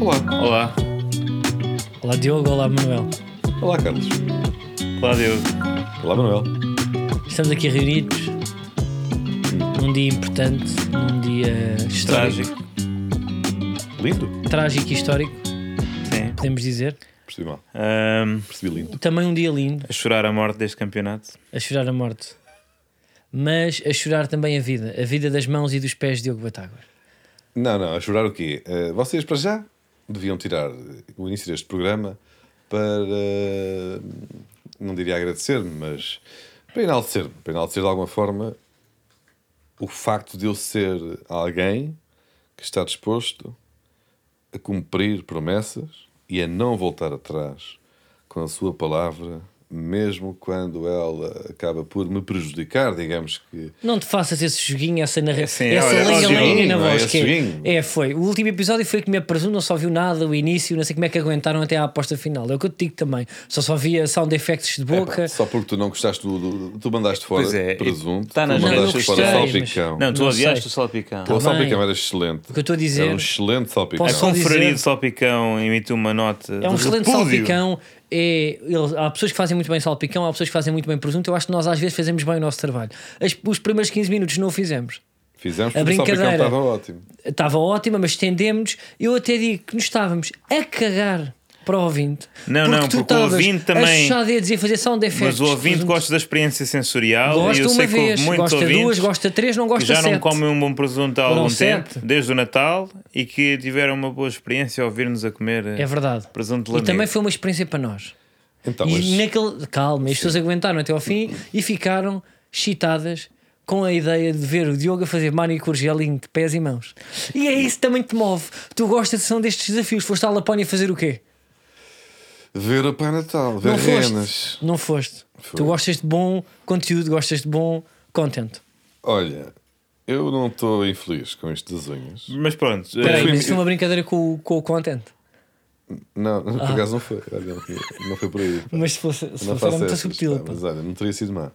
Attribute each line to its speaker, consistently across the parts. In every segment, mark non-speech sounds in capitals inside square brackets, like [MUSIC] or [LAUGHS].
Speaker 1: Olá.
Speaker 2: Olá.
Speaker 3: Olá Diogo, olá Manuel.
Speaker 1: Olá, Carlos.
Speaker 2: Olá, Diogo.
Speaker 1: Olá, Manuel.
Speaker 3: Estamos aqui reunidos num dia importante, num dia histórico,
Speaker 2: Trágico.
Speaker 1: Lindo.
Speaker 3: trágico e histórico,
Speaker 2: Sim.
Speaker 3: podemos dizer.
Speaker 1: Percebi mal.
Speaker 2: Ahm,
Speaker 1: Percebi lindo.
Speaker 3: Também um dia lindo,
Speaker 2: a chorar a morte deste campeonato.
Speaker 3: a chorar a morte, mas a chorar também a vida, a vida das mãos e dos pés de Diogo Batágua.
Speaker 1: Não, não, a chorar o quê? Eh, vocês, para já, deviam tirar eh, o início deste programa para. eh, não diria agradecer-me, mas. para enaltecer-me. Para enaltecer de alguma forma o facto de eu ser alguém que está disposto a cumprir promessas e a não voltar atrás com a sua palavra, mesmo quando ela acaba por me prejudicar, digamos que.
Speaker 3: Não te faças esse joguinho, essa narrativa,
Speaker 2: Sim,
Speaker 3: essa
Speaker 2: olha, esse
Speaker 3: lenga-lenga
Speaker 1: joguinho,
Speaker 3: na
Speaker 1: não é?
Speaker 3: voz.
Speaker 1: Esse
Speaker 3: que é-
Speaker 1: joguinho.
Speaker 3: é, foi. O último episódio foi que me apresentou, não só viu nada, o início, não sei como é que aguentaram até à aposta final. É o que eu te digo também. Só só via sound effects
Speaker 1: É
Speaker 3: de boca.
Speaker 1: Só porque tu não gostaste do. do- tu mandaste fora
Speaker 2: Pois é,
Speaker 1: presunto.
Speaker 2: tá
Speaker 1: tu
Speaker 2: nas
Speaker 1: mandaste
Speaker 2: redes
Speaker 1: fora
Speaker 2: sociais,
Speaker 1: salpicão.
Speaker 2: Não, tu
Speaker 3: Não
Speaker 2: odiaste
Speaker 3: sei.
Speaker 2: o salpicão.
Speaker 3: Tá.
Speaker 1: o
Speaker 3: bem.
Speaker 1: salpicão era excelente.
Speaker 3: O que eu estou a dizer-
Speaker 1: Era um excelente salpicão.
Speaker 3: Posso
Speaker 2: Um
Speaker 3: dizer-
Speaker 2: frarido salpicão emite uma nota.
Speaker 3: É um
Speaker 2: de
Speaker 3: excelente
Speaker 2: repúdio.
Speaker 3: salpicão. É, ele- há pessoas que fazem muito bem salpicão, há pessoas que fazem muito bem presunto. Eu acho que nós às vezes fazemos bem o nosso trabalho. As- os primeiros 15 minutos não o fizemos.
Speaker 1: Fizemos
Speaker 3: A
Speaker 1: porque o salpicão
Speaker 3: brincadeira.
Speaker 1: estava ótimo.
Speaker 3: Estava ótima, mas estendemos. Eu até digo que nos estávamos a cagar para o ouvinte.
Speaker 2: Não, não,
Speaker 3: tu
Speaker 2: porque o
Speaker 3: estavas
Speaker 2: ouvinte também-
Speaker 3: A chuchar dedos e a fazer sound effects.
Speaker 2: Mas o ouvinte
Speaker 3: presunto.
Speaker 2: gosta da experiência sensorial e
Speaker 3: Gosta
Speaker 2: eu
Speaker 3: uma
Speaker 2: sei que
Speaker 3: vez,
Speaker 2: houve muitos
Speaker 3: gosta
Speaker 2: ouvintes
Speaker 3: duas, gosta três, não
Speaker 2: que
Speaker 3: gosta
Speaker 2: já
Speaker 3: sete.
Speaker 2: não comem um bom presunto há
Speaker 3: Foram
Speaker 2: algum
Speaker 3: sete.
Speaker 2: tempo, desde o Natal, e que tiveram uma boa experiência ao ouvir-nos a comer eh,
Speaker 3: É verdade.
Speaker 2: presunto de
Speaker 3: E
Speaker 2: lamego.
Speaker 3: também foi uma experiência para nós.
Speaker 1: Então, mas
Speaker 3: e naquele. Calma, as pessoas aguentaram até ao fim e ficaram chitadas com a ideia de ver o Diogo a fazer manicure gelinho de pés e mãos. E é isso que também te move. Tu gostas de são destes desafios. Foste à Lapónia fazer o quê?
Speaker 1: ver a Pai Natal, ver
Speaker 3: Não
Speaker 1: renas.
Speaker 3: foste. Não foste. Tu gostas de bom conteúdo, gostas de bom content.
Speaker 1: Olha, eu não estou infeliz com isto das unhas.
Speaker 2: Mas pronto, eh,
Speaker 3: Peraí,
Speaker 1: fui-
Speaker 3: mas isso foi uma brincadeira com, o- com o content.
Speaker 1: Não, não, por acaso não foi. Olha, não, não foi por aí. pá.
Speaker 3: Ah. [LAUGHS] Mas se fosse, se
Speaker 1: não
Speaker 3: fosse era
Speaker 1: faço
Speaker 3: muito
Speaker 1: essas,
Speaker 3: subtil.
Speaker 1: pá,
Speaker 3: pá.
Speaker 1: Mas olha, não teria sido má.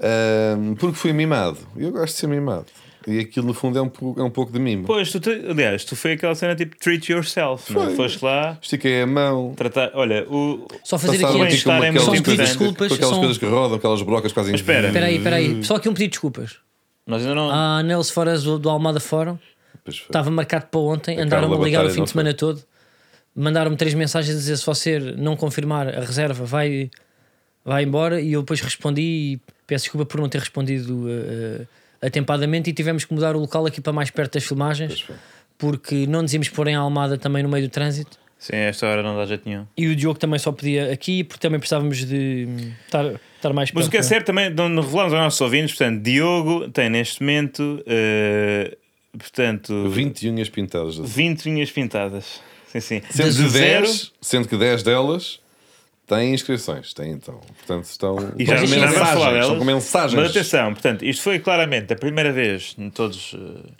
Speaker 1: Ahm, porque fui mimado. Eu gosto de ser mimado. E aquilo, no fundo, é um, pou- é um pouco de mimo.
Speaker 2: Pois, tu te- aliás, tu foi aquela cena tipo treat yourself, não?
Speaker 1: Foi.
Speaker 2: Foste lá
Speaker 1: Estiquei a mão,
Speaker 2: tratar. Olha, o.
Speaker 3: Só fazer
Speaker 1: Passava
Speaker 3: aqui um
Speaker 2: bem,
Speaker 1: aqui com
Speaker 2: Bem-estar é
Speaker 1: aquelas, coisas,
Speaker 2: muito importante.
Speaker 1: com aquelas
Speaker 3: Desculpas, são-
Speaker 1: coisas que Hum. rodam, aquelas brocas quase
Speaker 2: Mas espera.
Speaker 3: Espera aí, espera aí. Só aqui um pedido de desculpas.
Speaker 2: Nós ainda não.
Speaker 3: A Nels fora do, do Almada Fórum estava marcado para ontem, andaram-me a
Speaker 1: Carla
Speaker 3: ligar o
Speaker 1: Batalha
Speaker 3: fim
Speaker 1: não
Speaker 3: de semana
Speaker 1: foi.
Speaker 3: todo, mandaram-me três mensagens a dizer se você não confirmar a reserva vai, vai embora e eu depois respondi e peço desculpa por não ter respondido eh, eh, atempadamente e tivemos que mudar o local aqui para mais perto das filmagens porque não nos íamos pôr em Almada também no meio do trânsito
Speaker 2: Sim, a esta hora não dá jeito nenhum.
Speaker 3: e o Diogo também só podia aqui porque também precisávamos de hum, estar, estar mais perto.
Speaker 2: Mas o que é
Speaker 3: não
Speaker 2: certo também, não não revelamos aos nossos ouvintes, portanto, Diogo tem neste momento, eh, portanto,
Speaker 1: 20 unhas pintadas.
Speaker 2: 20 unhas pintadas. Sim, sim.
Speaker 1: Sendo,
Speaker 2: De
Speaker 1: que
Speaker 2: zero
Speaker 1: 10, sendo que 10 delas têm inscrições. Têm então. Portanto, estão.
Speaker 2: E
Speaker 3: Mas
Speaker 2: já, já
Speaker 3: isto é
Speaker 2: vamos
Speaker 3: mensagens,
Speaker 2: falar delas.
Speaker 1: Estão com mensagens.
Speaker 2: Mas atenção, portanto, isto foi claramente a primeira vez, em todos eh,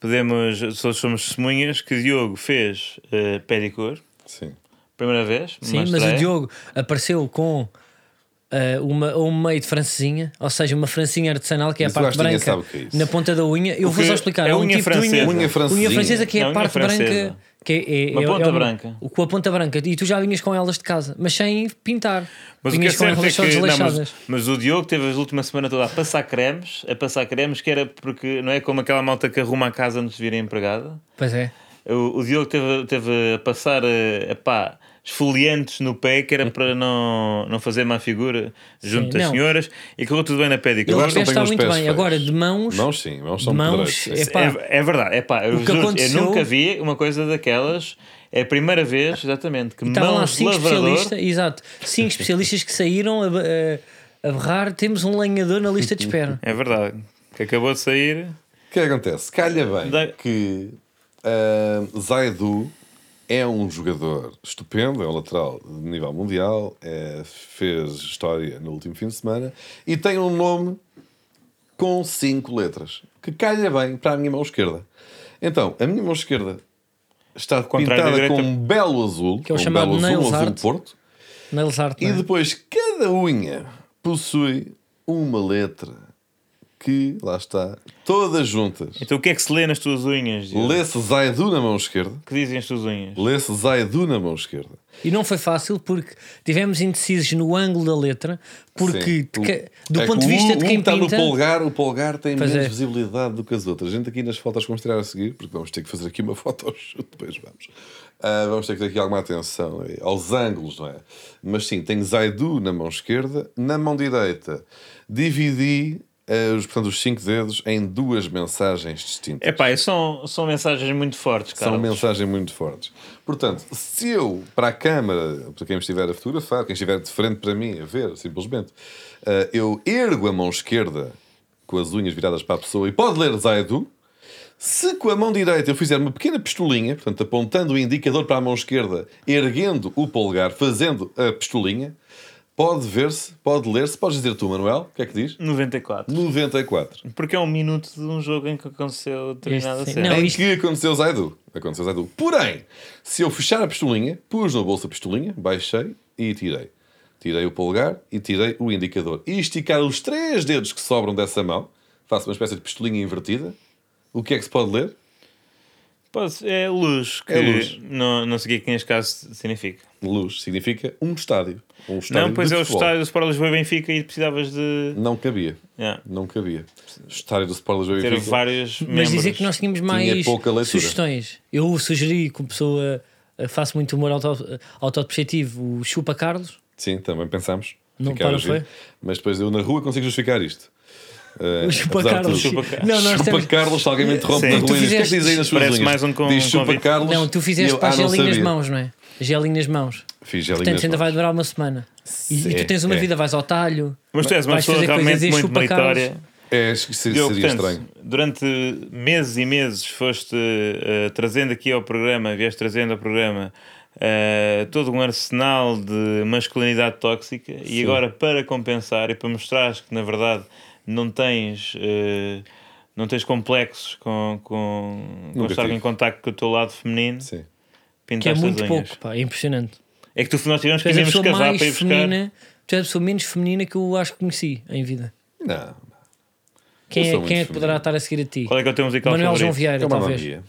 Speaker 2: podemos, todos somos testemunhas, que Diogo fez eh, pedicure,
Speaker 1: Sim.
Speaker 2: primeira vez.
Speaker 3: Sim, mas,
Speaker 2: mostrei.
Speaker 3: o Diogo apareceu com ah, uma um meio de francesinha, ou seja, uma francinha artesanal que é
Speaker 1: Mas
Speaker 3: a
Speaker 1: eu
Speaker 3: parte
Speaker 1: acho que ninguém
Speaker 3: branca
Speaker 1: sabe o que é isso.
Speaker 3: na ponta da unha. Eu
Speaker 2: O
Speaker 3: vou
Speaker 2: que
Speaker 3: só explicar.
Speaker 2: é
Speaker 3: é um
Speaker 2: unha
Speaker 3: tipo de
Speaker 2: francesinha.
Speaker 3: unha,
Speaker 1: Unha francesinha.
Speaker 3: francesa que é
Speaker 2: Não,
Speaker 3: a
Speaker 2: unha
Speaker 3: parte branca.
Speaker 2: francesa.
Speaker 3: Que é, é-
Speaker 2: Uma
Speaker 3: é-
Speaker 2: ponta
Speaker 3: é
Speaker 2: branca.
Speaker 3: o- Com a ponta branca. E tu já vinhas com elas de casa, mas sem pintar.
Speaker 2: Mas o que é
Speaker 3: vinhas com
Speaker 2: certo é
Speaker 3: elas só
Speaker 2: que, não, mas,
Speaker 3: desleixadas.
Speaker 2: mas o Diogo teve a última semana toda a passar cremes, a passar cremes, que era porque não é como aquela malta que arruma a casa antes de vir empregada.
Speaker 3: Pois é.
Speaker 2: O, o Diogo teve, teve a passar eh, epá, esfoliantes no pé, que era para não, não fazer má figura junto
Speaker 3: Sim,
Speaker 2: das
Speaker 3: não.
Speaker 2: senhoras, e correu tudo bem na
Speaker 3: Ele
Speaker 2: pedicure.
Speaker 1: Agora
Speaker 3: até
Speaker 1: não tenho
Speaker 3: está
Speaker 1: os
Speaker 3: muito
Speaker 1: pés
Speaker 3: bem.
Speaker 1: feios.
Speaker 3: Agora, de mãos.
Speaker 1: Mãos sim, mãos são
Speaker 3: de
Speaker 1: pedreiros.
Speaker 3: mãos.
Speaker 1: sim.
Speaker 3: É, pá,
Speaker 2: É, é verdade, epá, eu,
Speaker 3: que
Speaker 2: juro, eu
Speaker 3: aconteceu-
Speaker 2: nunca vi uma coisa daquelas. É a primeira vez, exatamente, que
Speaker 3: Estavam lá
Speaker 2: mãos de
Speaker 3: cinco
Speaker 2: lavrador.
Speaker 3: especialistas, exato, cinco especialistas que saíram a, a, a berrar. Temos um lenhador na lista de
Speaker 1: [LAUGHS]
Speaker 3: espera.
Speaker 2: É verdade, que acabou de sair.
Speaker 1: O que é que acontece? Calha bem
Speaker 2: Da-
Speaker 1: que ah, Zaidu é um jogador estupendo, é um lateral de nível mundial, é, fez história no último fim de semana e tem um nome com cinco letras que calha bem para a minha mão esquerda. Então, a minha mão esquerda está
Speaker 2: Contrário da
Speaker 1: pintada com
Speaker 2: direita.
Speaker 1: um belo azul,
Speaker 3: Que é o
Speaker 1: com um
Speaker 3: chamado
Speaker 1: belo azul, um
Speaker 3: nails
Speaker 1: azul
Speaker 3: art.
Speaker 1: porto,
Speaker 3: Nails art.
Speaker 1: e
Speaker 3: não é?
Speaker 1: depois cada unha possui uma letra que, lá está, todas juntas.
Speaker 2: Então o que é que se lê nas tuas unhas? Diogo?
Speaker 1: Lê-se Zaidu na mão esquerda.
Speaker 2: O que dizem as tuas unhas?
Speaker 1: Lê-se Zaidu na mão esquerda.
Speaker 3: E não foi fácil porque tivemos indecisos no ângulo da letra, porque
Speaker 1: Sim.
Speaker 3: de que-
Speaker 1: O-
Speaker 3: do
Speaker 1: é
Speaker 3: ponto de
Speaker 1: que o-
Speaker 3: vista de
Speaker 1: um
Speaker 3: quem
Speaker 1: está
Speaker 3: pinta.
Speaker 1: no polgar, o polgar tem
Speaker 3: Pois
Speaker 1: menos
Speaker 3: é.
Speaker 1: visibilidade do que as outras. A gente aqui nas fotos que vamos tirar a seguir, porque vamos ter que fazer aqui uma [LAUGHS] foto ao chute, depois vamos. Ah, vamos ter que ter aqui alguma atenção eh, aos ângulos, não é? Mas sim, tenho Zaidu na mão esquerda, na mão direita dividi eh, os, portanto, os cinco dedos em duas mensagens distintas.
Speaker 2: É pá, são, são mensagens muito fortes,
Speaker 1: São
Speaker 2: cara.
Speaker 1: mensagens muito fortes. Portanto, se eu, para a câmara, para quem me estiver a fotografar, quem estiver de frente para mim, a ver, simplesmente, eh, eu ergo a mão esquerda com as unhas viradas para a pessoa e pode ler Zaidu. Se com a mão direita eu fizer uma pequena pistolinha, portanto, apontando o indicador para a mão esquerda, erguendo o polegar, fazendo a pistolinha, pode ver-se, pode ler-se, podes dizer tu, Manuel, o que é que diz?
Speaker 2: 94.
Speaker 1: 94.
Speaker 2: Porque é um minuto de um jogo em que aconteceu determinada
Speaker 3: Este sim.
Speaker 2: cena.
Speaker 3: Não,
Speaker 1: em
Speaker 3: isto-
Speaker 1: É que aconteceu Zaidu. Aconteceu Zaidu. Porém, se eu fechar a pistolinha, pus na bolsa a pistolinha, baixei e tirei. Tirei o polegar e tirei o indicador. E esticar os três dedos que sobram dessa mão, faço uma espécie de pistolinha invertida. O que é que se pode ler?
Speaker 2: Pois, é luz, que
Speaker 1: É luz.
Speaker 2: Não, não sei o que é que neste caso significa.
Speaker 1: Luz significa um estádio. Um estádio
Speaker 2: Não, pois
Speaker 1: de
Speaker 2: é o
Speaker 1: futebol.
Speaker 2: estádio do Sport Lisboa e Benfica e precisavas de
Speaker 1: Não cabia.
Speaker 2: yeah,
Speaker 1: Não cabia. Estádio do Sport Lisboa e
Speaker 2: ter
Speaker 1: Benfica.
Speaker 2: vários
Speaker 3: Mas
Speaker 2: membros.
Speaker 3: dizer que nós tínhamos mais
Speaker 1: pouca leitura.
Speaker 3: sugestões. Eu sugeri como pessoa, eh, faço muito humor auto- autodepreciativo, o Chupa Carlos.
Speaker 1: Sim, também pensámos.
Speaker 3: Não,
Speaker 1: Ficava
Speaker 3: para,
Speaker 1: giro.
Speaker 3: foi?
Speaker 1: Mas depois eu na rua consigo justificar isto. Eh,
Speaker 3: O Chupa
Speaker 1: apesar de
Speaker 3: Carlos.
Speaker 1: tudo.
Speaker 2: Chupa Carlos.
Speaker 3: Não, nós
Speaker 1: Chupa
Speaker 3: temos-
Speaker 1: Carlos, se alguém me interrompe
Speaker 2: Sim.
Speaker 1: na
Speaker 2: Tu
Speaker 1: rua e diz, o que é que
Speaker 3: fizeste-
Speaker 1: diz aí nas suas
Speaker 2: Parece
Speaker 1: unhas?
Speaker 2: mais um con-
Speaker 1: diz Chupa
Speaker 2: convite.
Speaker 1: Carlos.
Speaker 3: Não, tu
Speaker 1: e
Speaker 3: fizeste
Speaker 1: eu,
Speaker 3: para
Speaker 1: ah,
Speaker 3: as
Speaker 1: não
Speaker 3: gelinhas
Speaker 1: sabia.
Speaker 3: mãos, não é? Gelinho nas mãos.
Speaker 1: Fiz
Speaker 3: Portanto,
Speaker 1: gelinhas
Speaker 3: ainda vai
Speaker 1: mãos.
Speaker 3: durar uma semana. E, e tu tens uma
Speaker 1: é.
Speaker 3: vida, vais ao talho.
Speaker 2: Mas tu és uma
Speaker 3: Vais
Speaker 2: pessoa
Speaker 3: fazer coisas
Speaker 2: realmente
Speaker 3: e
Speaker 2: muito
Speaker 3: chupa Carlos.
Speaker 2: meritória.
Speaker 1: É, se- seria
Speaker 2: Diogo, portanto,
Speaker 1: estranho.
Speaker 2: durante meses e meses foste eh, trazendo aqui ao programa, vieste trazendo ao programa eh, todo um arsenal de masculinidade tóxica e agora para compensar e para mostrares que na verdade não tens eh, não tens complexos com, com, com
Speaker 1: Nunca
Speaker 2: estar
Speaker 1: tive.
Speaker 2: em contacto com o teu lado feminino,
Speaker 1: Sim.
Speaker 3: Que é
Speaker 2: pintaste as
Speaker 3: muito
Speaker 2: unhas.
Speaker 3: pouco, pá, é impressionante.
Speaker 2: É que tu nós tivemos
Speaker 3: Tu
Speaker 2: que
Speaker 3: és a
Speaker 2: irmos
Speaker 3: pessoa
Speaker 2: casar
Speaker 3: mais
Speaker 2: para ir buscar.
Speaker 3: feminina, tu és a pessoa menos feminina que eu acho que conheci em vida.
Speaker 1: Não. Eu
Speaker 3: Quem
Speaker 1: sou
Speaker 3: é,
Speaker 1: muito
Speaker 3: quem é que poderá
Speaker 1: feminino.
Speaker 3: estar a seguir a ti?
Speaker 2: Qual é que é o teu musical
Speaker 3: Manuel João
Speaker 2: favorito?
Speaker 1: É
Speaker 3: Vieira,
Speaker 1: uma
Speaker 3: talvez.
Speaker 1: mamia.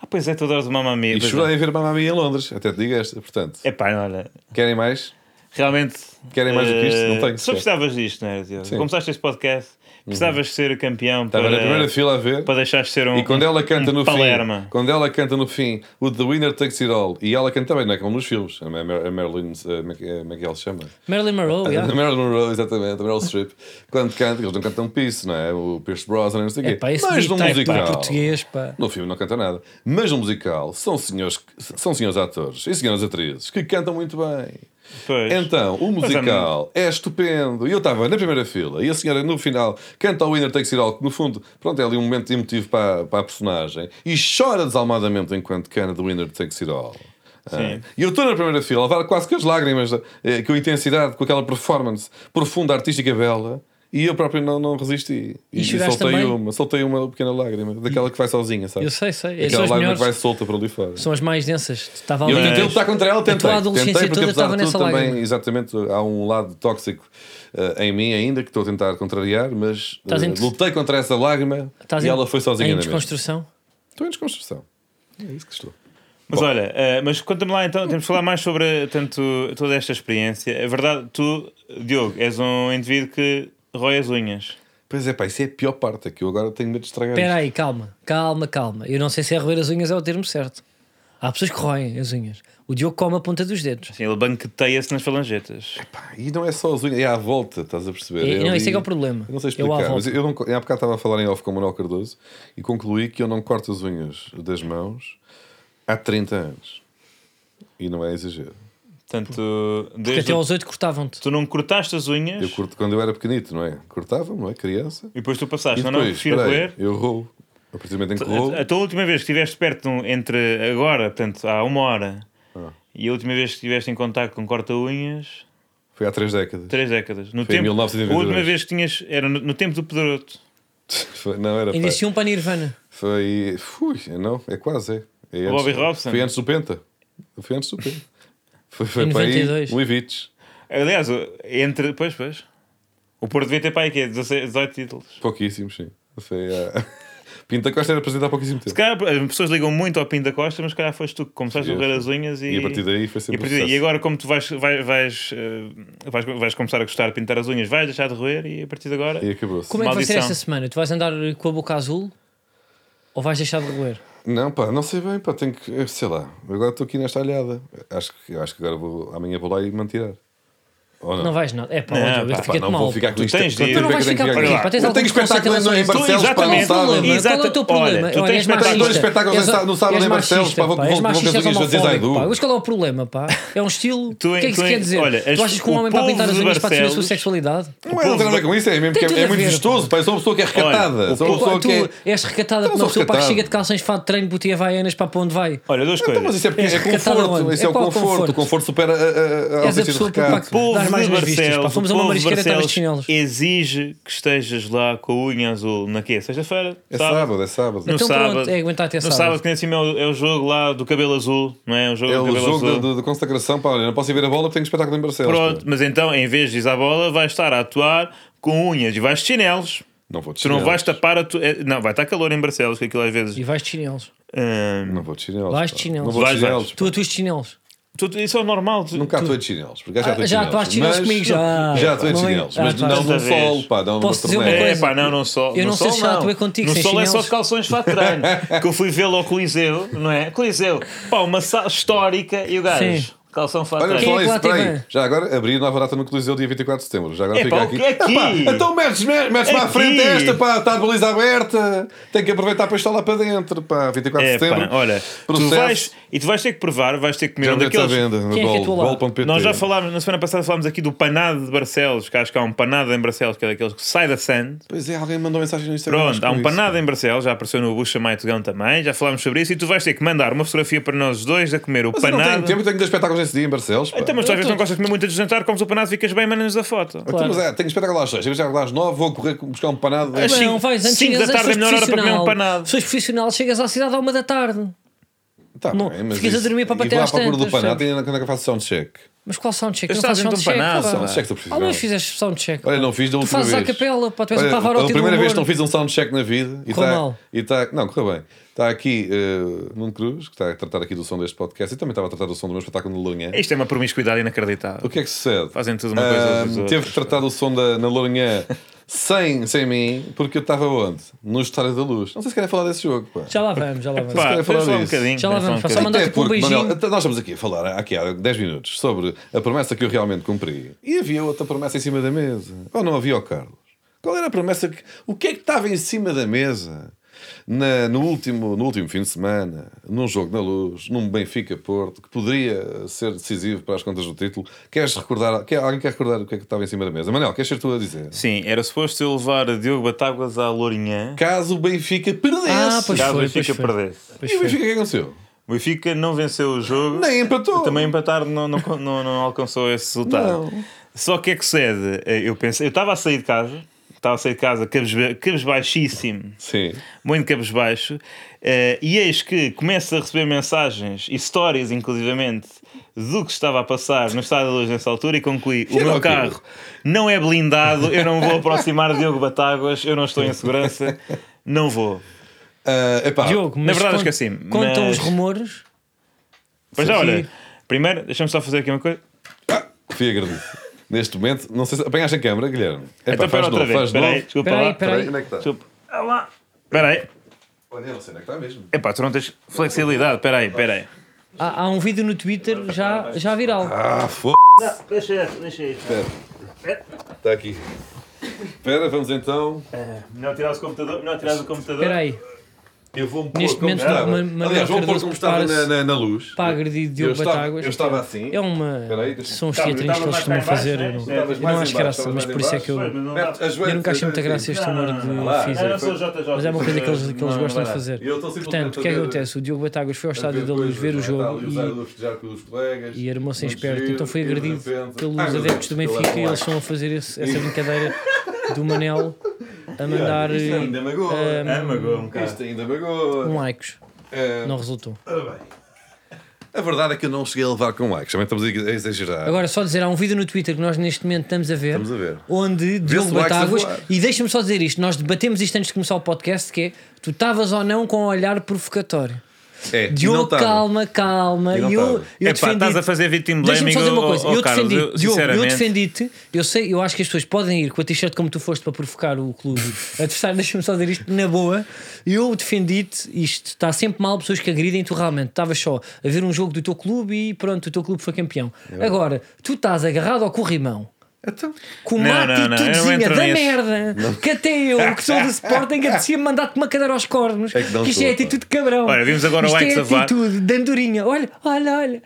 Speaker 2: Ah, pois é, tu adoras uma mamia.
Speaker 1: E
Speaker 2: pois
Speaker 1: chorei a ver Mamma Mia em Londres. Até te digo esta. Portanto,
Speaker 2: É pá, olha,
Speaker 1: querem mais?
Speaker 2: Realmente.
Speaker 1: Querem mais do que isto? Não
Speaker 2: eh,
Speaker 1: tenho, sequer.
Speaker 2: Só precisavas disto, não era, Diogo?
Speaker 1: Sim. Uhum.
Speaker 2: Começaste este podcast, precisavas de ser campeão
Speaker 1: Estava
Speaker 2: para,
Speaker 1: na primeira fila a ver.
Speaker 2: para deixares de ser um.
Speaker 1: E quando ela canta
Speaker 2: um
Speaker 1: no
Speaker 2: Palerma.
Speaker 1: fim, quando ela canta no fim, o The Winner Takes It All, e ela canta bem, não é como nos filmes, a Mar- a Marilyn, eh, como é que- como é que ela se chama?
Speaker 3: Marilyn Monroe, é.
Speaker 1: A [LAUGHS]
Speaker 3: yeah.
Speaker 1: Marilyn Monroe, exatamente, a Meryl Streep, quando canta, eles não cantam Peace, não é? O Pierce Brosnan, não sei o quê.
Speaker 3: Epá, esse
Speaker 1: Mas
Speaker 3: beat
Speaker 1: no
Speaker 3: tá, pá,
Speaker 1: um musical,
Speaker 3: português, pá.
Speaker 1: no filme não canta nada. Mas no musical, são senhores, que- são senhores atores e senhoras atrizes que cantam muito bem.
Speaker 2: Pois.
Speaker 1: Então, o
Speaker 2: Mas é
Speaker 1: musical é estupendo. E eu estava na primeira fila e a senhora, no final, canta ao Winner Takes It All, que no fundo, pronto, é ali um momento emotivo para, para a personagem e chora desalmadamente enquanto canta The Winner Takes It All. Ah, E eu estou na primeira fila a levar quase que as lágrimas, eh, com a intensidade, com aquela performance profunda, artística bela. E eu próprio não, não resisti. E,
Speaker 3: choraste
Speaker 1: soltei
Speaker 3: também?
Speaker 1: uma, soltei uma pequena lágrima, daquela que vai sozinha, sabe?
Speaker 3: Eu sei, sei. São
Speaker 1: Aquela
Speaker 3: as
Speaker 1: lágrima
Speaker 3: melhores,
Speaker 1: que vai solta para ali fora.
Speaker 3: são as mais densas. Estava ali.
Speaker 1: E Eu tentei
Speaker 2: Mas-
Speaker 1: lutar contra ela, tentei.
Speaker 3: adolescência
Speaker 1: tentei, porque
Speaker 3: toda
Speaker 1: apesar
Speaker 3: estava
Speaker 1: de tudo
Speaker 3: nessa
Speaker 1: também,
Speaker 3: lágrima.
Speaker 1: exatamente, há um lado tóxico eh, em mim ainda que estou a tentar contrariar, mas
Speaker 3: Estás
Speaker 1: eh,
Speaker 3: em des-
Speaker 1: lutei contra essa lágrima
Speaker 3: Estás
Speaker 1: e
Speaker 3: em-
Speaker 1: ela foi sozinha
Speaker 3: Em
Speaker 1: na minha.
Speaker 3: desconstrução.
Speaker 1: Estou em desconstrução. É isso que estou.
Speaker 2: Mas olha, eh, mas conta-me lá então, temos de falar mais sobre tanto, toda esta experiência. É verdade, tu, Diogo, és um indivíduo que rói as unhas.
Speaker 1: Pois é, pá, isso é a pior parte, é que eu agora tenho medo de estragar.
Speaker 3: Espera
Speaker 1: isto.
Speaker 3: aí, calma, calma, calma. Eu não sei se é roer as unhas é o termo certo. Há pessoas que roem as unhas. O Diogo come a ponta dos dedos.
Speaker 2: Assim, ele banqueteia-se nas falangetas.
Speaker 1: Pá, e não é só as unhas, é à volta, estás a perceber?
Speaker 3: É, não,
Speaker 1: ali-
Speaker 3: isso é que é o problema.
Speaker 1: Eu não sei
Speaker 3: É o à
Speaker 1: explicar, mas
Speaker 3: volta.
Speaker 1: eu não, co- há bocado estava a falar em off com o Manuel Cardoso e concluí que eu não corto as unhas das mãos há 30 anos. E não é exagero.
Speaker 2: Portanto,
Speaker 3: Porque
Speaker 2: desde
Speaker 3: até aos oito cortavam-te.
Speaker 2: tu não cortaste as unhas
Speaker 1: Eu curto quando eu era pequenito, não é? Cortava, não é? Criança.
Speaker 2: e depois tu passaste,
Speaker 1: E
Speaker 2: não, é um não,
Speaker 1: depois,
Speaker 2: prefiro
Speaker 1: espera aí,
Speaker 2: roer.
Speaker 1: Eu roubo. A partir do momento em que roubo,
Speaker 2: A, a tua última vez que estiveste perto de um- entre agora, portanto, há uma hora,
Speaker 1: Ah.
Speaker 2: e a última vez que estiveste em contacto com corta-unhas,
Speaker 1: foi há três décadas.
Speaker 2: três décadas. No
Speaker 1: Foi em
Speaker 2: tempo,
Speaker 1: 1992.
Speaker 2: A última vez que tinhas era no, no tempo do Pedroto.
Speaker 1: Foi- não, era pá.
Speaker 3: Iniciou um para Nirvana.
Speaker 1: Foi. Fui, não, é quase, é. é
Speaker 2: O Bobby
Speaker 1: antes-
Speaker 2: Robson.
Speaker 1: Foi antes do Penta. Foi antes do Penta. Foi, foi
Speaker 3: Em
Speaker 1: para aí
Speaker 3: 92.
Speaker 1: um Ivites.
Speaker 2: Aliás, entre. Pois, pois. O Porto devia ter para aí quê? 16, 18 títulos.
Speaker 1: Pouquíssimos, sim. Foi, ah, [LAUGHS] Pinto da Costa era presidente há pouquíssimo
Speaker 2: Se
Speaker 1: tempo.
Speaker 2: calhar as pessoas ligam muito ao Pinto da Costa, mas se calhar foste tu que começaste
Speaker 1: Sim,
Speaker 2: a
Speaker 1: eu
Speaker 2: correr as unhas e.
Speaker 1: E a partir daí foi
Speaker 2: E,
Speaker 1: sempre
Speaker 2: a
Speaker 1: um
Speaker 2: partir daí-
Speaker 1: sucesso.
Speaker 2: e agora, como tu vais, vais, vais, eh, vais, vais começar a gostar de pintar as unhas, vais deixar de roer e a partir de agora.
Speaker 1: E acabou-se.
Speaker 3: Como é que vai ser
Speaker 2: Maldição.
Speaker 3: esta semana? Tu vais andar com a boca azul ou vais deixar de roer?
Speaker 1: Não, pá, não sei bem, pá, tenho que. eu Sei lá, agora estou aqui nesta alhada. Acho que, acho que agora vou. Amanhã vou lá e mantirar. Ou não?
Speaker 3: Não. vais nada. É pá,
Speaker 2: Não,
Speaker 3: olha, eu
Speaker 2: pá,
Speaker 1: Pá,
Speaker 3: fiquei-te
Speaker 1: não
Speaker 3: mal.
Speaker 1: vou ficar com
Speaker 2: Tu
Speaker 1: isto.
Speaker 2: tens
Speaker 1: Quanto
Speaker 2: de-
Speaker 1: tempo
Speaker 3: Tu não
Speaker 1: é
Speaker 3: vais
Speaker 1: que eu tenho
Speaker 3: ficar com
Speaker 1: que ficar
Speaker 3: isto.
Speaker 1: com
Speaker 3: pá, tens
Speaker 1: Eu
Speaker 3: algum
Speaker 1: tenho espetáculo
Speaker 3: conceito em
Speaker 1: em
Speaker 3: relação a isso?
Speaker 1: Barcelos,
Speaker 2: Tu,
Speaker 1: pá, não
Speaker 2: exatamente.
Speaker 3: Problema, Qual é o teu
Speaker 1: sabem.
Speaker 2: Exato. Olha,
Speaker 3: problema?
Speaker 2: tu
Speaker 3: Olha,
Speaker 2: tens
Speaker 3: és machista.
Speaker 2: espetáculos-
Speaker 1: Dois espetáculos
Speaker 3: És-
Speaker 1: no sábado- no sábado
Speaker 3: és
Speaker 1: em Barcelos, pá, vou-
Speaker 3: machista, pá, és
Speaker 1: vou- vou-
Speaker 3: machista, és
Speaker 1: vou- vou- vou- vou-
Speaker 3: homofóbico,
Speaker 1: vou-
Speaker 3: pá. Mas qual é o problema, pá? É um estilo... o
Speaker 2: Tu-
Speaker 3: que é que
Speaker 2: tu-
Speaker 3: isso quer dizer?
Speaker 2: olha, as-
Speaker 3: tu achas que um
Speaker 2: o
Speaker 3: homem para pintar as
Speaker 2: povo de
Speaker 3: unhas para ter a sua
Speaker 2: Barcelos-
Speaker 3: sexualidade?
Speaker 1: Não é, não tem nada a ver com isso, é mesmo que
Speaker 3: Tem
Speaker 1: é, é
Speaker 3: tudo a
Speaker 1: muito
Speaker 3: ver,
Speaker 1: vistoso, pá, eu sou uma pessoa que é recatada.
Speaker 2: Olha,
Speaker 1: sou uma
Speaker 3: Pô,
Speaker 1: pessoa
Speaker 3: tu
Speaker 1: que é.
Speaker 3: és recatada
Speaker 1: Eu não
Speaker 3: por uma
Speaker 1: sou
Speaker 3: pessoa pá, que
Speaker 1: recatado.
Speaker 3: chega de calções, fado de treino, botia havaianas para para onde vai.
Speaker 2: Olha, duas coisas.
Speaker 1: Então, mas isso é porque
Speaker 3: És
Speaker 1: é
Speaker 3: recatada
Speaker 1: conforto,
Speaker 3: onde?
Speaker 1: isso é
Speaker 3: É
Speaker 1: o
Speaker 3: qual
Speaker 1: conforto.
Speaker 3: conforto?
Speaker 1: O conforto supera a- a- a- a
Speaker 3: És a
Speaker 1: ausência de
Speaker 3: pessoa para
Speaker 1: recato.
Speaker 2: povo
Speaker 3: dar mais
Speaker 2: de
Speaker 3: umas vistas. pá.
Speaker 2: Barcelos,
Speaker 3: Fomos a
Speaker 2: o
Speaker 3: uma
Speaker 2: povo de
Speaker 3: marisqueira e de
Speaker 2: Barcelos
Speaker 3: chinelos.
Speaker 2: exige que estejas lá com a unha azul na quê? Sexta-feira?
Speaker 1: É sábado, é sábado.
Speaker 2: No
Speaker 3: Então pronto,
Speaker 2: sábado.
Speaker 3: é aguentar até
Speaker 2: no
Speaker 3: sábado.
Speaker 2: sábado, que nem assim é o, é o jogo lá do cabelo azul, não é? O jogo
Speaker 1: É
Speaker 2: do
Speaker 1: o
Speaker 2: cabelo
Speaker 1: jogo
Speaker 2: azul.
Speaker 1: de- de- de consagração, pá, olha, não posso ir ver a bola porque tenho espetáculo em Barcelos.
Speaker 2: Pronto,
Speaker 1: pá.
Speaker 2: mas então em vez de ir à bola, vais estar a atuar com unhas e vais de chinelos.
Speaker 1: Não vou de
Speaker 2: Tu não
Speaker 1: chinelos.
Speaker 2: vais tapar a tu... é, Não, vai estar calor em Barcelos, que aquilo às vezes. hum,
Speaker 3: E vais de chinelos.
Speaker 2: Ahm,
Speaker 1: Não vou de chinelos.
Speaker 3: Vais
Speaker 1: pá.
Speaker 3: de chinelos.
Speaker 1: Não vou de
Speaker 2: Vais,
Speaker 1: chinelos.
Speaker 2: vais.
Speaker 1: pá.
Speaker 3: Tu atuas de chinelos.
Speaker 2: tu- isso é normal. tu-
Speaker 1: Nunca
Speaker 2: tu-
Speaker 1: atuei de chinelos, porque já
Speaker 3: Ah,
Speaker 1: atuei de
Speaker 3: já
Speaker 1: chinelos.
Speaker 3: atuaste de chinelos
Speaker 1: mas-
Speaker 3: comigo, já.
Speaker 1: Já atuei de
Speaker 3: Não é?
Speaker 1: chinelos,
Speaker 3: Ah,
Speaker 1: mas
Speaker 3: tá.
Speaker 1: não
Speaker 2: Desta
Speaker 1: no
Speaker 2: vez.
Speaker 1: sol, pá,
Speaker 3: Posso
Speaker 1: não numa
Speaker 3: dizer uma
Speaker 1: torneira.
Speaker 2: É,
Speaker 3: coisa.
Speaker 2: pá, não, não só.
Speaker 3: Eu
Speaker 2: no
Speaker 3: não sei
Speaker 2: sol,
Speaker 3: se já
Speaker 2: não.
Speaker 3: atuei contigo
Speaker 2: No
Speaker 3: sem
Speaker 2: sol é só
Speaker 3: chinelos.
Speaker 2: de calções para treino. que eu fui vê-lo ao Coliseu, não é? Coliseu, pá, uma sala histórica e o gajo,
Speaker 3: Sim.
Speaker 2: calção para
Speaker 1: Olha,
Speaker 2: treino.
Speaker 1: só
Speaker 3: é que
Speaker 1: isso,
Speaker 3: lá
Speaker 1: espera
Speaker 3: teve?
Speaker 1: aí. Já agora abri nova data no Coliseu dia 24 de setembro. Já agora
Speaker 2: É,
Speaker 1: fica
Speaker 2: pá,
Speaker 1: aqui.
Speaker 2: o que é aqui?
Speaker 1: Ah, pá, então metes, metes, metes para a
Speaker 2: Aqui.
Speaker 1: frente esta, pá, está a baliza aberta. Tem que aproveitar para estar lá para dentro, pá, 24
Speaker 2: É,
Speaker 1: de setembro.
Speaker 2: pá, olha, tu
Speaker 1: processo.
Speaker 2: vais, e tu vais ter que provar, vais ter que comer
Speaker 1: Já
Speaker 2: um
Speaker 1: bilhetes à
Speaker 2: daqueles.
Speaker 1: venda no
Speaker 3: Quem é que
Speaker 1: Gol,
Speaker 3: atua lá?
Speaker 1: gol.pt.
Speaker 2: Nós já falámos, na semana passada falámos aqui do panado de Barcelos, que acho que há um panado em Barcelos, que é daqueles que sai da Sand.
Speaker 1: Pois é, alguém mandou mensagem no Instagram. acho
Speaker 2: Pronto,
Speaker 1: que
Speaker 2: há um
Speaker 1: foi
Speaker 2: panado em Barcelos, já apareceu no Buxa Maio Togão também, já falámos sobre isso, e tu vais ter que mandar uma fotografia para nós dois a comer o
Speaker 1: isso. Mas eu
Speaker 2: panado.
Speaker 1: não tenho tempo, tenho dois espetáculos nesse dia em Barcelos. pá.
Speaker 2: Então, mas tu às vezes
Speaker 3: Eu tô-
Speaker 2: não gostas de comer muito antes de jantar, comes o panado, ficas bem, mandas a foto.
Speaker 1: Então,
Speaker 3: claro.
Speaker 1: mas é, tenho espetáculo às 6, tenho espetáculo às 9, vou correr buscar um panado.
Speaker 2: Às
Speaker 3: Bem,
Speaker 2: cinco-
Speaker 3: não vais antes
Speaker 2: cinco
Speaker 3: chegas
Speaker 2: da tarde,
Speaker 3: a-
Speaker 2: é
Speaker 3: se
Speaker 2: melhor
Speaker 3: és
Speaker 2: hora para comer um
Speaker 3: profissional.
Speaker 2: panado.
Speaker 3: Se és profissional, chegas à cidade à uma da tarde.
Speaker 1: Tá
Speaker 3: Não,
Speaker 1: bem, mas
Speaker 3: ficas a
Speaker 1: isso-
Speaker 3: dormir para
Speaker 1: e
Speaker 3: bater
Speaker 1: vou à
Speaker 3: às
Speaker 1: procura do
Speaker 3: tantas,
Speaker 1: panado e ainda quando é que eu faço soundcheck.
Speaker 3: Mas qual soundcheck?
Speaker 2: Eu
Speaker 3: Não
Speaker 2: estava
Speaker 3: faz
Speaker 2: junto a um
Speaker 3: soundcheck,
Speaker 2: panado,
Speaker 3: pá.
Speaker 1: soundcheck estou precisando.
Speaker 3: Ao menos fizeste soundcheck.
Speaker 1: Olha,
Speaker 3: pá.
Speaker 1: não fiz da
Speaker 3: Então, Tu
Speaker 1: última
Speaker 3: fazes
Speaker 1: vez.
Speaker 3: à capela, pá, tu és o
Speaker 1: Olha,
Speaker 3: Pavarotti
Speaker 1: A
Speaker 3: do
Speaker 1: primeira vez
Speaker 3: humor.
Speaker 1: não fiz um soundcheck na vida e
Speaker 3: Correu
Speaker 1: está.
Speaker 3: mal.
Speaker 1: E tá, não, correu bem. Está aqui eh, Nuno Cruz, que está a tratar aqui do som deste podcast e também estava a tratar do som do meu espetáculo na Lourinhã.
Speaker 2: Isto é uma promiscuidade
Speaker 1: O
Speaker 2: inacreditável.
Speaker 1: que é que sucede?
Speaker 2: Fazem tudo uma coisa dos
Speaker 1: Ah,
Speaker 2: outros.
Speaker 1: Teve que tratar do som da, na Lourinhã [LAUGHS] sem, sem mim, porque eu estava onde? No Estádio da Luz. Não sei se querem falar desse jogo. Pá.
Speaker 3: Já lá vamos, já lá vamos.
Speaker 2: Pá,
Speaker 1: quer falar
Speaker 2: tens lá um
Speaker 1: disso?
Speaker 2: bocadinho.
Speaker 3: Já lá
Speaker 2: tens
Speaker 3: vamos,
Speaker 2: um
Speaker 3: faço uma nota-
Speaker 2: bocadinho.
Speaker 3: Mandar-te
Speaker 1: Até
Speaker 3: com um
Speaker 1: porque,
Speaker 3: beijinho.
Speaker 1: Manuel, até nós estamos aqui a falar aqui há 10 minutos sobre a promessa que eu realmente cumpri. E havia outra promessa em cima da mesa. Ou não havia, ó Carlos? Qual era a promessa? Que, o que é que estava em cima da mesa na- no, último, no último fim de semana, num jogo na luz, num Benfica-Porto, que poderia ser decisivo para as contas do título? Queres recordar? Quer, alguém quer recordar o que é que estava em cima da mesa? Manuel, queres ser tu a dizer?
Speaker 2: Sim, era suposto eu levar a Diogo Batáguas à Lourinhã,
Speaker 1: Caso o Benfica perdesse.
Speaker 3: Ah, pois
Speaker 2: caso o
Speaker 3: foi,
Speaker 2: Benfica
Speaker 3: pois foi.
Speaker 2: perdesse.
Speaker 3: Pois
Speaker 1: e o
Speaker 3: foi.
Speaker 1: Benfica o que é que aconteceu?
Speaker 2: O Benfica não venceu o jogo.
Speaker 1: Nem empatou.
Speaker 2: Também empatar não, não, não, não alcançou esse resultado.
Speaker 1: Não.
Speaker 2: Só que é que cede. Eu pensei, eu estava a sair de casa, estava a sair de casa cabesba- cabisbaixíssimo,
Speaker 1: Sim.
Speaker 2: muito cabisbaixo, eh, e eis que começo a receber mensagens e stories, inclusivamente, do que estava a passar no estado da luz nessa altura e concluí: o
Speaker 1: era
Speaker 2: meu
Speaker 1: o quê?
Speaker 2: carro não é blindado, eu não vou aproximar de Diogo Batáguas, eu não estou em segurança, não vou.
Speaker 1: Ah, epá,
Speaker 3: Diogo, mas
Speaker 2: verdade,
Speaker 3: con-
Speaker 2: esqueci-me, mas-
Speaker 3: Contam os rumores.
Speaker 2: Mas já,
Speaker 3: Sim.
Speaker 2: olha, primeiro, deixa-me só fazer aqui uma coisa.
Speaker 1: Fui agredido. Neste momento, não sei se. Apanhaste a câmara, Guilherme? Epá,
Speaker 2: Então,
Speaker 1: faz
Speaker 2: pera outra
Speaker 1: novo,
Speaker 2: vez.
Speaker 1: faz
Speaker 2: Espera aí,
Speaker 1: novo.
Speaker 2: desculpa
Speaker 3: Espera aí,
Speaker 2: lá.
Speaker 3: espera aí.
Speaker 1: Onde é que está?
Speaker 2: Desculpa. Ah lá. Espera aí.
Speaker 1: Olha, não sei onde é que está mesmo.
Speaker 2: Epá, tu não tens flexibilidade. Espera aí, espera aí.
Speaker 3: Há, há um vídeo no Twitter já, já viral.
Speaker 1: Ah, f.
Speaker 2: Deixa, deixa isto.
Speaker 1: Está aqui. Espera, vamos então.
Speaker 2: Não tirares o computador. Não tirares o computador.
Speaker 3: Espera aí,
Speaker 1: Eu vou-me pôr
Speaker 3: Neste
Speaker 1: como
Speaker 3: momento,
Speaker 1: estava.
Speaker 3: Ma- Ma-
Speaker 1: Aliás, vou-me pôr
Speaker 3: Cardoso
Speaker 1: como estava na,
Speaker 3: prepara-se
Speaker 1: na, na luz.
Speaker 3: para agredir
Speaker 1: eu,
Speaker 3: Diogo
Speaker 1: estava,
Speaker 3: Batáguas.
Speaker 1: eu estava assim.
Speaker 3: É uma.
Speaker 1: Espera aí, deixa-
Speaker 3: São os
Speaker 2: Tá,
Speaker 3: teatrinhos
Speaker 2: mas
Speaker 3: que eles
Speaker 2: estava
Speaker 3: costumam
Speaker 2: mais cá em
Speaker 3: fazer. eu
Speaker 2: baixo,
Speaker 3: um- não-
Speaker 2: né?
Speaker 3: Eu
Speaker 1: Estavas
Speaker 3: não
Speaker 1: É, mais
Speaker 3: acho
Speaker 1: em baixo,
Speaker 3: graça,
Speaker 1: estavas
Speaker 3: mas
Speaker 1: mais
Speaker 3: por
Speaker 1: em
Speaker 3: isso é
Speaker 1: baixo.
Speaker 3: que eu.
Speaker 2: Foi,
Speaker 3: Eu
Speaker 2: mas não dá-
Speaker 1: Mete as
Speaker 3: nunca achei muita graça este
Speaker 2: Não, não,
Speaker 3: humor
Speaker 2: não,
Speaker 3: de
Speaker 2: não.
Speaker 1: lá.
Speaker 3: física.
Speaker 1: Não,
Speaker 2: eu sou o JJ.
Speaker 3: Mas é uma coisa que eles, que
Speaker 2: Não,
Speaker 3: eles
Speaker 2: não
Speaker 3: gostam de
Speaker 2: dá.
Speaker 3: fazer.
Speaker 1: Eu estou simplesmente
Speaker 3: Portanto, o que é que
Speaker 1: a ver-
Speaker 3: acontece? O Diogo Batáguas foi ao
Speaker 1: a
Speaker 3: estádio da Luz
Speaker 1: coisas,
Speaker 3: ver o jogo
Speaker 1: tal, usar
Speaker 3: e,
Speaker 1: o vestiário pelos colegas,
Speaker 3: e armou-se em
Speaker 1: muito
Speaker 3: esperto.
Speaker 1: giro,
Speaker 3: Então foi
Speaker 1: e de
Speaker 3: agredido
Speaker 1: repente-
Speaker 3: pelos
Speaker 1: Ai, meu
Speaker 3: adeptos do
Speaker 1: Deus,
Speaker 3: Benfica e
Speaker 1: lá. é.
Speaker 3: eles estão a fazer esse- essa brincadeira do Manel a mandar
Speaker 1: Isto
Speaker 3: eh,
Speaker 1: ainda magoa.
Speaker 3: eh,
Speaker 2: É, magoa um bocado.
Speaker 1: Isto ainda hum, magoa.
Speaker 3: um likes.
Speaker 1: Ah,
Speaker 3: Não resultou.
Speaker 1: Ora bem. A verdade é que eu não cheguei a levar com likes. Também estamos a exagerar.
Speaker 3: Agora, só dizer, há um vídeo no Twitter que nós neste momento estamos a ver.
Speaker 1: Estamos a ver.
Speaker 3: Onde Diogo
Speaker 1: o Axel
Speaker 3: Batáguas.
Speaker 1: voar.
Speaker 3: E deixa-me só dizer isto: nós debatemos isto antes de começar o podcast, que é tu estavas ou não com um olhar provocatório.
Speaker 1: é, não
Speaker 3: Diogo,
Speaker 1: estava.
Speaker 3: calma, calma.
Speaker 1: E não
Speaker 3: E eu,
Speaker 1: estava.
Speaker 3: eu
Speaker 2: Epá,
Speaker 3: defendi.
Speaker 2: estás a fazer victim
Speaker 3: Deixa-me
Speaker 2: blaming
Speaker 3: só dizer uma
Speaker 2: ao-
Speaker 3: coisa.
Speaker 2: ao
Speaker 3: eu
Speaker 2: oh, Carlos,
Speaker 3: defendi,
Speaker 2: eu,
Speaker 3: Diogo, eu
Speaker 2: sinceramente.
Speaker 3: defendi-te. Eu sei, eu acho que as pessoas podem ir com a t-shirt como tu foste para provocar o
Speaker 2: [LAUGHS]
Speaker 3: clube adversário. Deixa-me só dizer isto na boa. Eu defendi-te isto. Está sempre mal pessoas que agridem. Tu realmente estavas só a ver um jogo do teu clube e pronto, o teu clube foi campeão.
Speaker 2: É
Speaker 3: Agora, tu estás agarrado ao corrimão.
Speaker 1: Então,
Speaker 3: Com
Speaker 2: Não,
Speaker 3: uma
Speaker 2: não, não, eu não
Speaker 3: atitudezinha
Speaker 2: entro
Speaker 3: da
Speaker 2: nisso.
Speaker 3: merda que até
Speaker 2: [LAUGHS]
Speaker 3: eu, que sou do Sporting, apetecia mandar-te uma cadeira aos cornos.
Speaker 1: É que não
Speaker 3: isto
Speaker 1: sou,
Speaker 3: é
Speaker 1: pá.
Speaker 3: atitude de cabrão.
Speaker 2: Olha, vimos agora o
Speaker 3: Isto
Speaker 2: Ajax
Speaker 3: é
Speaker 2: a vá.
Speaker 3: atitude de andorinha. Olha, olha, olha.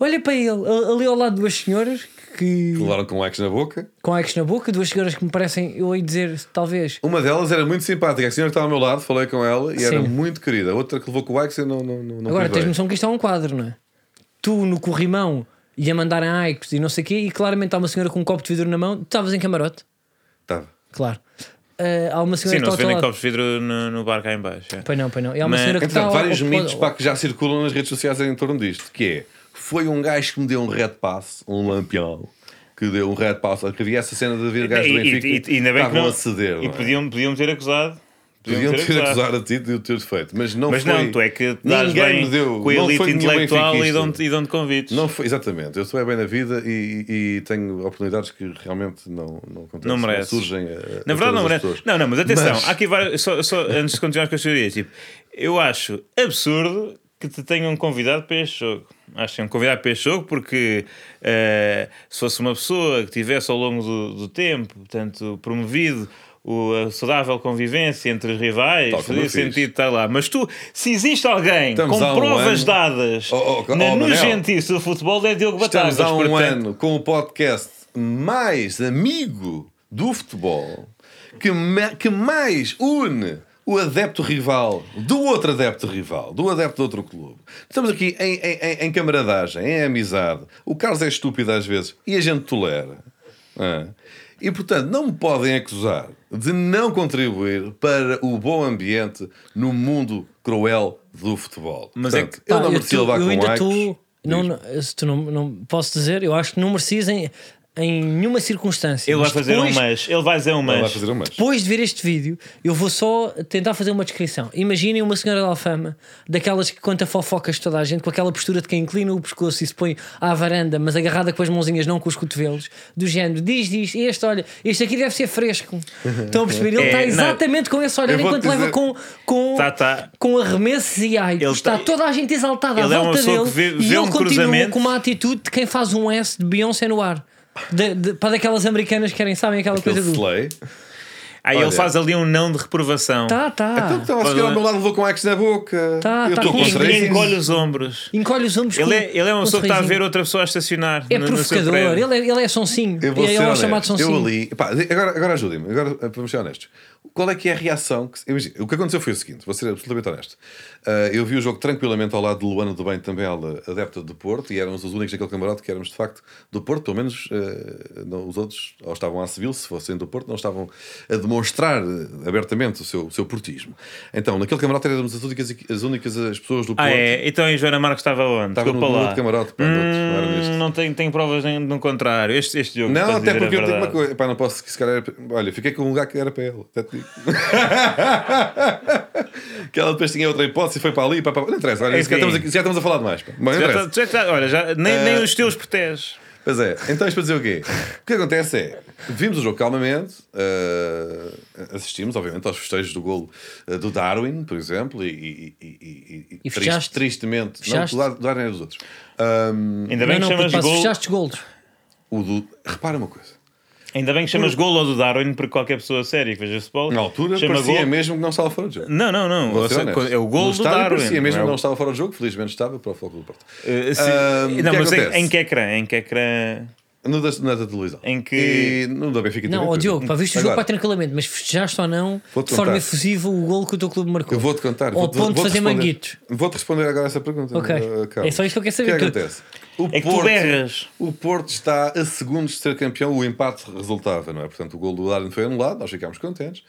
Speaker 3: Olha para ele, a- ali ao lado duas senhoras que.
Speaker 1: levaram com likes na boca.
Speaker 3: com ex na boca, duas senhoras que me parecem, eu ia dizer, talvez.
Speaker 1: Uma delas era muito simpática. A senhora que estava ao meu lado, falei com ela e era
Speaker 3: Sim.
Speaker 1: muito querida. A outra que levou com likes eu não, não, não, não
Speaker 3: Agora
Speaker 1: privei.
Speaker 3: tens noção que isto é um quadro, não é? Tu no corrimão e a mandarem aicos e não sei o quê, e claramente há uma senhora com um copo de vidro na mão, tu estavas em camarote,
Speaker 1: Estava.
Speaker 3: claro. Ah, há uma senhora
Speaker 2: Sim,
Speaker 3: que está
Speaker 2: não se
Speaker 3: ao
Speaker 2: vendem
Speaker 3: teu lado.
Speaker 2: copos de vidro no, no bar cá em baixo. é.
Speaker 3: Pois não, pois não. E há uma
Speaker 2: Mas-
Speaker 3: senhora Então, que está
Speaker 1: Entretanto,
Speaker 3: ao-
Speaker 1: vários
Speaker 3: ao-
Speaker 1: mitos
Speaker 3: ao-
Speaker 1: pá, que já circulam nas redes sociais em torno disto, que é foi um gajo que me deu um red pass, um lampião, que deu um red pass, que havia essa cena de haver gajos do Benfica
Speaker 2: e ainda bem que
Speaker 1: estavam
Speaker 2: não.
Speaker 1: a ceder. não
Speaker 2: e
Speaker 1: é?
Speaker 2: podiam, podiam ter acusado.
Speaker 1: Podiam ter acusado a ti de o ter feito, mas não
Speaker 2: Mas
Speaker 1: foi.
Speaker 2: não, tu é que dás
Speaker 1: Ninguém
Speaker 2: bem
Speaker 1: me deu,
Speaker 2: com a
Speaker 1: não
Speaker 2: elite
Speaker 1: foi nenhum
Speaker 2: intelectual e
Speaker 1: benfiquista.
Speaker 2: dão-te e dão-te convites.
Speaker 1: Não foi, exatamente, eu sou é bem na vida e, e- e tenho oportunidades que realmente não, não acontecem,
Speaker 2: Não merece.
Speaker 1: surgem. a- a
Speaker 2: Na verdade,
Speaker 1: todas
Speaker 2: não,
Speaker 1: as
Speaker 2: né?
Speaker 1: pessoas.
Speaker 2: não, não, mas atenção,
Speaker 1: Mas-
Speaker 2: há aqui várias. Só, só antes de continuar com as teorias, tipo, eu acho absurdo que te tenham convidado para este jogo. Acho que tenham convidado para este jogo porque eh, se fosse uma pessoa que tivesse ao longo do, do tempo, portanto, promovido. o- a saudável convivência entre os rivais
Speaker 1: Tal como
Speaker 2: fazia
Speaker 1: eu fiz.
Speaker 2: sentido estar lá, mas tu, se existe alguém
Speaker 1: Estamos há
Speaker 2: com
Speaker 1: um
Speaker 2: provas
Speaker 1: ano-
Speaker 2: dadas
Speaker 1: Oh, oh, oh,
Speaker 2: na
Speaker 1: Manel.
Speaker 2: nojentice do futebol, é Diogo Batagas.
Speaker 1: Estamos há um
Speaker 2: portanto,
Speaker 1: ano com o podcast mais amigo do futebol, que, ma- que mais une o adepto rival do outro adepto rival, do adepto de outro clube. Estamos aqui em, em, em- em camaradagem, em amizade. O Carlos é estúpido às vezes e a gente tolera. Ah. E portanto, não me podem acusar de não contribuir para o bom ambiente no mundo cruel do futebol.
Speaker 2: Mas é
Speaker 1: Portanto,
Speaker 2: que-
Speaker 1: eu
Speaker 3: Pá,
Speaker 1: não mereci
Speaker 3: tô-
Speaker 1: levar
Speaker 3: eu
Speaker 1: com
Speaker 3: ainda
Speaker 1: likes.
Speaker 3: tô- não,
Speaker 1: Diz.
Speaker 3: não- se tu não, não posso dizer, eu acho que não merecias em, em nenhuma circunstância.
Speaker 2: Ele vai
Speaker 3: Mas
Speaker 2: fazer um
Speaker 3: depois-
Speaker 2: mas, ele vai dizer um
Speaker 1: Não vai
Speaker 2: mas.
Speaker 1: fazer um mas.
Speaker 3: Depois de ver este vídeo, eu vou só tentar fazer uma descrição. Imaginem uma senhora da Alfama, daquelas que conta fofocas de toda a gente, com aquela postura de quem inclina o pescoço e se põe à varanda, mas agarrada com as mãozinhas, não com os cotovelos, do género, diz, diz, este, olha, este aqui deve ser fresco. Estão a perceber? Ele
Speaker 2: [LAUGHS] É,
Speaker 3: está
Speaker 2: não.
Speaker 3: exatamente com esse olhar,
Speaker 1: Eu vou-te
Speaker 3: enquanto leva
Speaker 1: dizer-
Speaker 3: com, com,
Speaker 2: Tá, tá.
Speaker 3: com arremessos e ai,
Speaker 2: Ele
Speaker 3: está
Speaker 2: tá-
Speaker 3: toda a gente exaltada à
Speaker 2: ele é uma
Speaker 3: volta
Speaker 2: pessoa
Speaker 3: dele.
Speaker 2: que vê-
Speaker 3: e
Speaker 2: vê
Speaker 3: ele
Speaker 2: um
Speaker 3: continua
Speaker 2: cruzamento.
Speaker 3: com uma atitude de quem faz um S de Beyoncé no ar. De- de- para daquelas americanas que querem, sabem aquela
Speaker 1: Aquele
Speaker 3: coisa do.
Speaker 1: slay.
Speaker 2: Aí
Speaker 1: Olha.
Speaker 2: ele faz ali um não de reprovação.
Speaker 3: Tá, tá.
Speaker 1: Então, então a
Speaker 2: é.
Speaker 1: senhora ao meu lado levou com axe na boca.
Speaker 3: Tá,
Speaker 1: eu
Speaker 3: tá
Speaker 1: estou
Speaker 3: com
Speaker 1: contra
Speaker 2: Ele
Speaker 3: sorriso.
Speaker 1: isso.
Speaker 2: encolhe os ombros.
Speaker 3: Encolhe os ombros
Speaker 2: Ele
Speaker 3: com-
Speaker 2: é, ele é uma
Speaker 3: com
Speaker 2: pessoa que está a ver
Speaker 3: sorrisinho.
Speaker 2: outra pessoa a estacionar.
Speaker 3: É
Speaker 2: no- no seu
Speaker 3: provocador,
Speaker 2: prédio.
Speaker 3: ele é, ele é sonsinho.
Speaker 1: Eu vou
Speaker 3: ele
Speaker 1: ser
Speaker 3: é o
Speaker 1: honesto.
Speaker 3: chamado
Speaker 1: Eu
Speaker 3: sonsinho.
Speaker 1: ali. Epá, agora agora ajudem-me, agora eh, vamos ser honestos. Qual é que é a reação? Que, se- imagina, o que aconteceu foi o seguinte, vou ser absolutamente honesto. Ah, eu vi o jogo tranquilamente ao lado de Luana do Bem, também ela adepta do Porto, e éramos os únicos naquele camarote que éramos de facto do Porto, pelo menos eh, não- os outros ou estavam à civil, se fossem do Porto, não estavam a demonstrar eh, abertamente o seu, o seu portismo. Então, naquele camarote éramos as únicas, as únicas as pessoas do Porto.
Speaker 2: Ah, é. Então e Joana Marques estava onde?
Speaker 1: Estava
Speaker 2: Desculpa
Speaker 1: no
Speaker 2: lá.
Speaker 1: outro camarote, pá, no outro, não era neste.
Speaker 2: Hum, não tenho, tenho provas nem do contrário. Este, este jogo.
Speaker 1: Não,
Speaker 2: para
Speaker 1: até
Speaker 2: dizer a
Speaker 1: porque eu digo uma
Speaker 2: verdade.
Speaker 1: coisa. Pá, não posso, que se calhar. era- Olha, fiquei com um lugar que era para ela. até te digo. [LAUGHS] que ela depois tinha outra hipótese e foi para ali. Pá, pá. Não interessa, olha,
Speaker 2: Enfim.
Speaker 1: isso já, estamos aqui- já estamos a falar demais. Pá. Bom, não
Speaker 2: Já
Speaker 1: interessa.
Speaker 2: está- já está- olha, já, nem,
Speaker 1: Ah.
Speaker 2: nem os teus protege.
Speaker 1: Pois é, então isto para dizer o quê? O que acontece é, vimos o jogo calmamente, ah, assistimos, obviamente, aos festejos do golo ah, do Darwin, por exemplo, e, e, e- e- e
Speaker 3: E fechaste?
Speaker 1: tristemente.
Speaker 3: Fechaste?
Speaker 1: Não, do Darwin é dos outros. Ahm,
Speaker 2: Ainda bem
Speaker 3: não,
Speaker 2: que
Speaker 3: não,
Speaker 2: chamas
Speaker 3: puto, pá, se
Speaker 2: gol.
Speaker 3: fechaste golos.
Speaker 1: o do, repara uma coisa.
Speaker 2: Ainda bem que chamas gol ao do Darwin, porque qualquer pessoa séria que veja futebol.
Speaker 1: Na altura
Speaker 2: chama
Speaker 1: parecia
Speaker 2: golo.
Speaker 1: mesmo que não estava fora de jogo.
Speaker 2: Não, não, não.
Speaker 1: Vou
Speaker 2: Ou
Speaker 1: ser
Speaker 2: seja,
Speaker 1: honesto.
Speaker 2: é o gol
Speaker 1: No
Speaker 2: do
Speaker 1: estádio
Speaker 2: Darwin.
Speaker 1: Parecia mesmo que
Speaker 2: não é
Speaker 1: não
Speaker 2: o-
Speaker 1: estava fora do jogo, felizmente estava para o Foco do Porto.
Speaker 2: Eh, se-
Speaker 1: Ah, o que
Speaker 2: não, mas em-
Speaker 1: acontece?
Speaker 2: em que ecrã? Em que ecrã?
Speaker 1: No da, na da televisão.
Speaker 2: Em que-
Speaker 1: E no da Benfica
Speaker 3: Não,
Speaker 1: TV,
Speaker 3: ó
Speaker 1: por
Speaker 3: Diogo, pá,
Speaker 1: exemplo.
Speaker 3: viste o jogo para
Speaker 1: Agora,
Speaker 3: tranquilamente, mas festejaste ou não,
Speaker 1: Vou-te
Speaker 3: de forma
Speaker 1: contar.
Speaker 3: efusiva, o gol que o teu clube marcou.
Speaker 1: Eu vou-te contar.
Speaker 3: Ao
Speaker 1: vou-te-
Speaker 3: ponto de
Speaker 1: vou-te
Speaker 3: fazer
Speaker 1: responder.
Speaker 3: manguitos.
Speaker 1: Vou-te responder agora essa pergunta.
Speaker 3: Ok.
Speaker 1: uh, Carlos.
Speaker 3: É só isto que eu quero saber,
Speaker 1: O que
Speaker 3: tu-
Speaker 1: acontece? O
Speaker 2: É que tu berras.
Speaker 1: O Porto está a segundos de ser campeão, o empate resultava, não é? Portanto, o gol do Darwin foi anulado, nós ficámos contentes.